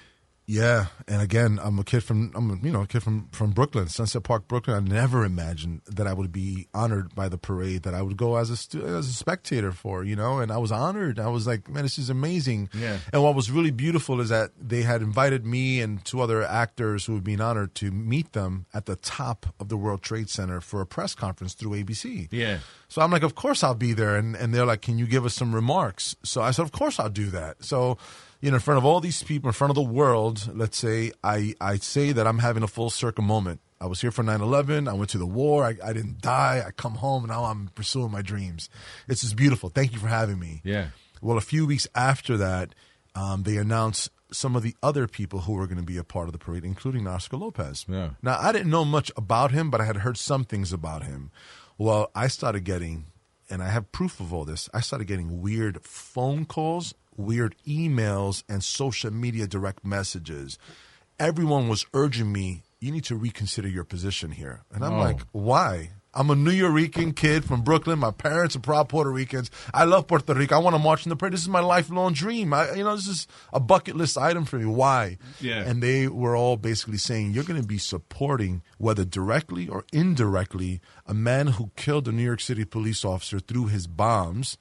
Yeah, and again, I'm a kid from I'm a, you know a kid from from Brooklyn, Sunset Park, Brooklyn. I never imagined that I would be honored by the parade that I would go as a stu- as a spectator for, you know. And I was honored. I was like, man, this is amazing. Yeah. And what was really beautiful is that they had invited me and two other actors who had been honored to meet them at the top of the World Trade Center for a press conference through ABC. Yeah. So I'm like, of course I'll be there. And, and they're like, can you give us some remarks? So I said, of course I'll do that. So, you know, in front of all these people, in front of the world, let's say, I, I say that I'm having a full circle moment. I was here for 9 11. I went to the war. I, I didn't die. I come home. Now I'm pursuing my dreams. This is beautiful. Thank you for having me. Yeah. Well, a few weeks after that, um, they announced some of the other people who were going to be a part of the parade, including Oscar Lopez. Yeah. Now, I didn't know much about him, but I had heard some things about him. Well, I started getting, and I have proof of all this, I started getting weird phone calls, weird emails, and social media direct messages. Everyone was urging me, you need to reconsider your position here. And I'm Oh. like, why? I'm a New Yorican kid from Brooklyn. My parents are proud Puerto Ricans. I love Puerto Rico. I want to march in the parade. This is my lifelong dream. I, you know, this is a bucket list item for me. Why? Yeah. And they were all basically saying, you're going to be supporting, whether directly or indirectly, a man who killed a New York City police officer through his bombs.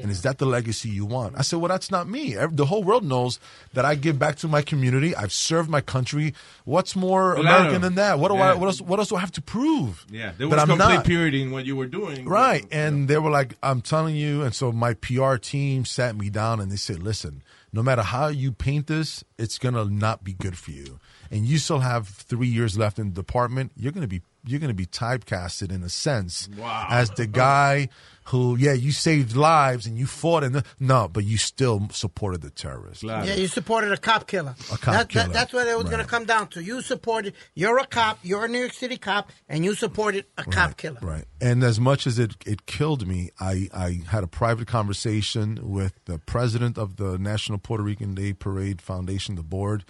And is that the legacy you want? I said, well, that's not me. Ev- The whole world knows that I give back to my community. I've served my country. What's more Claro. American than that? What do I? Yeah. What else? What else do I have to prove? Yeah, there that was I'm complete not. purity in what you were doing. Right. And they were like, I'm telling you. And so my PR team sat me down and they said, listen, no matter how you paint this, it's going to not be good for you. And you still have three years left in the department. You're going to be. You're going to be typecasted in a sense Wow. as the guy who, yeah, you saved lives and you fought. And no, but you still supported the terrorists. Yeah, you supported a cop killer. A cop that, killer. That, that's what it was going Right. to come down to. You supported, you're a cop, you're a New York City cop, and you supported a cop killer. Right. And as much as it, it killed me, I, I had a private conversation with the president of the National Puerto Rican Day Parade Foundation, the board,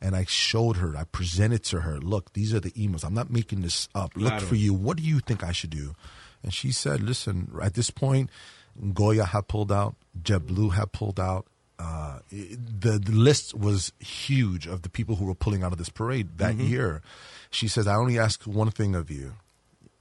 and I showed her, I presented to her, look, these are the emails. I'm not making this up. Look Claro. for you. What do you think I should do? And she said, listen, at this point, Goya had pulled out, JetBlue had pulled out. Uh, it- the, the list was huge of the people who were pulling out of this parade that Mhm. year. She says, I only ask one thing of you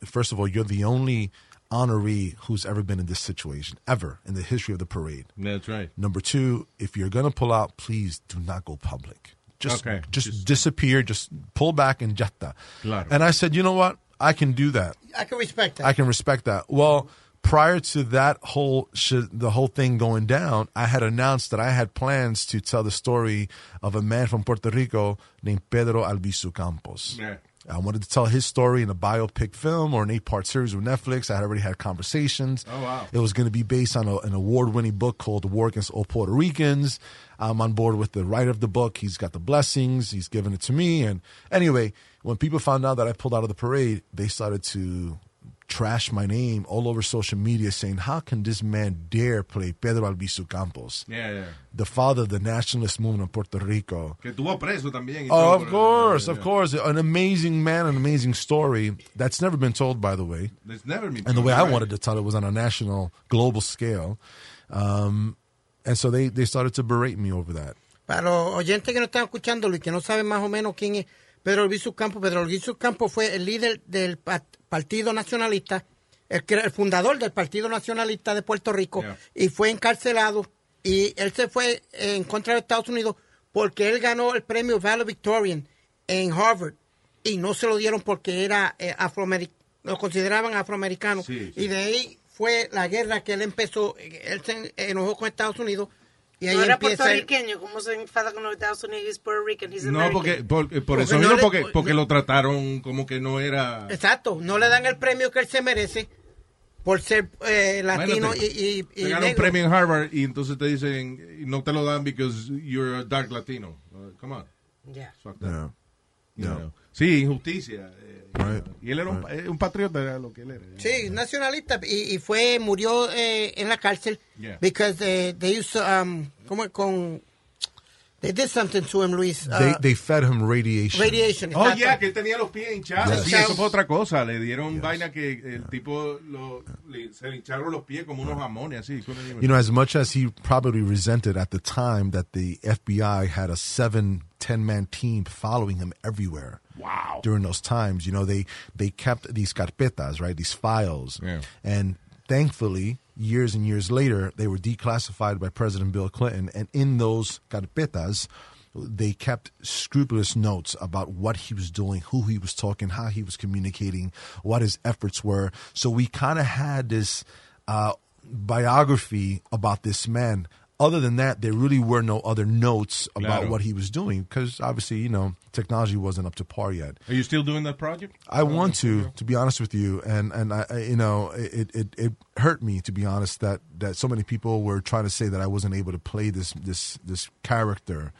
first of all, you're the only honoree who's ever been in this situation, ever in the history of the parade. That's right. Number two, if you're gonna pull out, please do not go public. Just, Okay. just, disappear. Just pull back and jata. Claro. And I said, you know what? I can do that. I can respect that. I can respect that. Well, prior to that whole sh- the whole thing going down, I had announced that I had plans to tell the story of a man from Puerto Rico named Pedro Albizu Campos. Yeah. I wanted to tell his story in a biopic film or an eight part series with Netflix. I had already had conversations. Oh, wow. It was going to be based on a, an award winning book called The War Against All Puerto Ricans. I'm on board with the writer of the book. He's got the blessings, he's given it to me. And anyway, when people found out that I pulled out of the parade, they started to trash my name all over social media saying, How can this man dare play Pedro Albizu Campos, Yeah, yeah. the father of the nationalist movement in Puerto Rico? Que tuvo preso también. y todo Oh, of por- course, of course. An amazing man, an amazing story that's never been told, by the way. That's never been And the told, way I right. wanted to tell it was on a national, global scale. Um, and so they, they started to berate me over that. Para los oyentes que no están escuchando y que no saben más o menos quién es Pedro Luis Campos, Pedro Luis Campos fue el líder del pa- Partido Nacionalista, el, cre- el fundador del Partido Nacionalista de Puerto Rico, Yeah. y fue encarcelado. Y él se fue en contra de Estados Unidos porque él ganó el premio Valedictorian en Harvard y no se lo dieron porque era eh, afroamericano, lo consideraban afroamericano. Sí, Y de ahí fue la guerra que él empezó, eh, él se enojó con Estados Unidos y ahí no era empieza el- puertorriqueño, ¿cómo se enfada con los Estados Unidos? He's Puerto Rican, he's No, American. porque, por, eh, por eso no mismo, le- porque, porque lo trataron como que no era... Exacto, no le dan el premio que él se merece por ser eh, latino Imagínate, y, y, y te gana un negro. premio en Harvard y entonces te dicen, y no te lo dan because you're a dark Latino. Uh, come on. Yeah. Fuck that. Yeah. You Yeah. know. Sí, injusticia. eh, Right. Y él era un, eh, un patriota, era lo que él era. Sí, nacionalista y, y fue murió eh, en la cárcel Yeah. because eh, they used to, um, ¿cómo es? con they did something to him, Luis. they, Uh, they fed him radiation. radiation. Oh, exacto. yeah, que él tenía los pies hinchados. Yes. Sí, eso fue otra cosa. Le dieron vaina que el tipo lo- le- se le hincharon los pies como unos jamones, así. You know, as much as he probably resented at the time that the FBI had a seven, ten man team following him everywhere. Wow. During those times, you know, they they kept these carpetas, right? These files. And thankfully, years and years later, they were declassified by President Bill Clinton. And in those carpetas, they kept scrupulous notes about what he was doing, who he was talking, how he was communicating, what his efforts were. So we kind of had this uh, biography about this man. Other than that, there really were no other notes about Claro. what he was doing because obviously, you know, technology wasn't up to par yet. Are you still doing that project? I want to, to be honest with you, and and I, I- you know, it, it it hurt me to be honest that that so many people were trying to say that I wasn't able to play this this this character,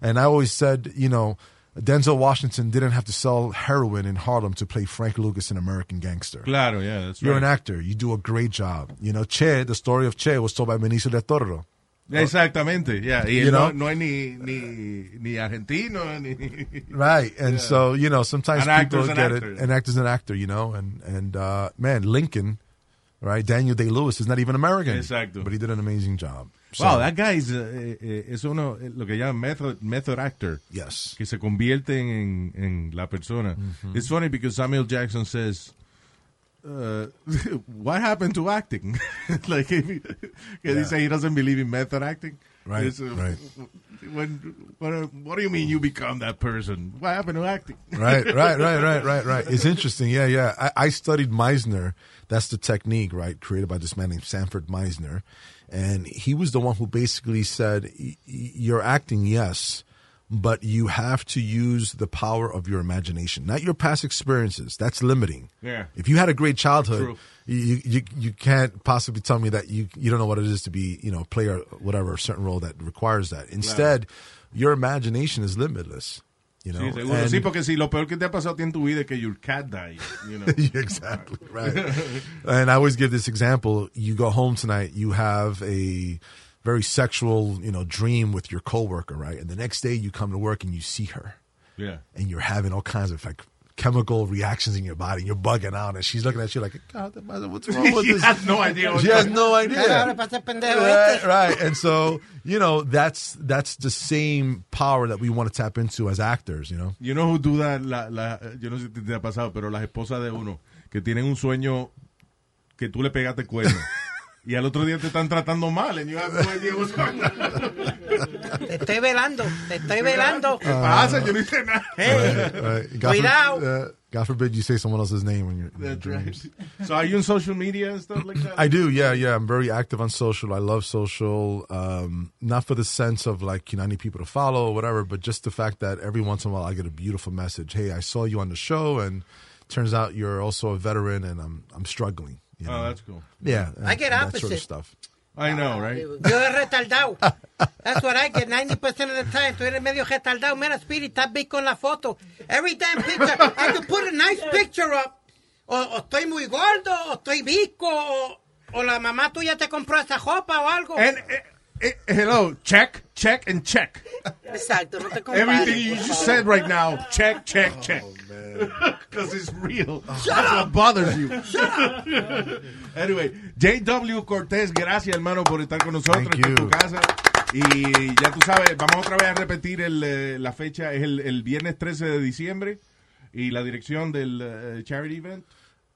and I always said, you know, Denzel Washington didn't have to sell heroin in Harlem to play Frank Lucas in American Gangster. Claro, yeah, that's You're right. an actor. You do a great job. You know, Che, the story of Che was told by Benicio del Toro. Exactamente, yeah. Y You él no, know? no es ni, ni, ni argentino, ni... Right. And Yeah. so, you know, sometimes An people actor's an get actor. it. An actor's an actor, you know? And, and uh, man, Lincoln, right? Daniel Day Lewis is not even American. Exacto. But he did an amazing job. So, Wow, that guy is, eh, eh, es uno, eh, lo que llaman method, method actor. Yes. Que se convierte en, en la persona. Mhm. It's funny because Samuel Jackson says, uh, what happened to acting? like, if he, que dice he doesn't believe in method acting. Right, It's, uh, right. When, what, what do you mean you become that person? What happened to acting? Right, right, right, right, right, right. It's interesting. Yeah, yeah. I, I studied Meisner. That's the technique, right, created by this man named Sanford Meisner. And he was the one who basically said, "Y- y- You're acting, yes, but you have to use the power of your imagination, not your past experiences. That's limiting. Yeah. If you had a great childhood, True. you, you you can't possibly tell me that you you don't know what it is to be you know play or whatever a certain role that requires that. Instead, your imagination is limitless. You know, sí, seguro. And- sí, porque si lo peor que te ha pasado a ti en tu vida es que your cat died, you know. exactly, right. and I always give this example. You go home tonight, you have a very sexual, you know, dream with your coworker, right? And the next day you come to work and you see her. Yeah. And you're having all kinds of like chemical reactions in your body. You're bugging out and she's looking at you like, God, what's wrong with She this? has no idea what's She has going no on. idea. Right, este. right. And so, you know, that's that's the same power that we want to tap into as actors, you know. You know who do that, la, la, yo no sé si te, te ha pasado, pero las esposas de uno que tienen un sueño que tú le pegaste el cuerno y al otro día te están tratando mal. and you have no idea what's going on. Te estoy velando, te estoy velando. ¿Qué pasa? Yo no hice nada. Hey, Right. Cuidado. Forbid, uh, God forbid you say someone else's name when you're. That's right. So are you on social media and stuff like that? I do, yeah, yeah. I'm very active on social. I love social, um, not for the sense of like you know I need people to follow or whatever, but just the fact that every once in a while I get a beautiful message. Hey, I saw you on the show, and turns out you're also a veteran, and I'm I'm struggling. You know? Oh, that's cool. Yeah, I get and that sort opposite. of stuff. I know, right? Yo he retardado. That's what I get 90% of the time. Tú eres medio retardado. Mira, Speedy, estás big con la foto. Every damn picture. I could put a nice picture up. O, o estoy muy gordo, o estoy bico, o, o la mamá tuya te compró esa ropa o algo. And, eh, eh, hello, check, check, and check. Exacto, no te compares. Everything you por just favor. said right now, check, Oh, check, check. Because it's real. That's what bothers you. Anyway, JW Cortés, gracias hermano por estar con nosotros Thank en you. tu casa. Y ya tú sabes, vamos otra vez a repetir el, eh, la fecha, es el, el viernes 13 de diciembre y la dirección del eh, charity event.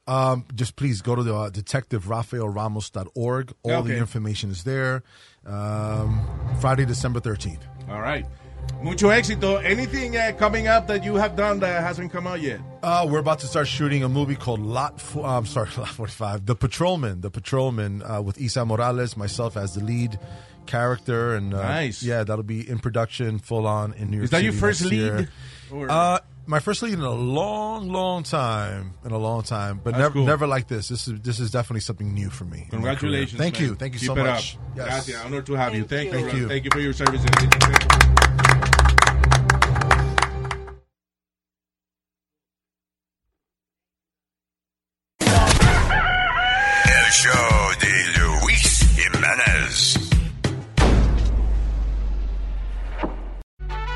Um, just please go to the uh, detectiverafaelramos.org. All Okay. the information is there. Um, Friday, December 13th. All right. Mucho éxito. Anything uh, coming up that you have done that hasn't come out yet? Uh, we're about to start shooting a movie called Lot. Fo- uh, I'm sorry, Lot 45. The Patrolman. The Patrolman uh, with Isa Morales, myself as the lead character, and uh, Nice. Yeah, that'll be in production, full on in New York. Is that your City first next year. lead? Or- Uh, my first lead in a long, long time, in a long time, but That's never, cool. never like this. This is this is definitely something new for me. in my career. Congratulations. Thank man. you, thank you Keep so it much. Up. Yes. Gracias. Honor to have you. Thank, Thank you. you. Thank you for your service. El show de Luis Jiménez.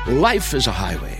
Life is a highway,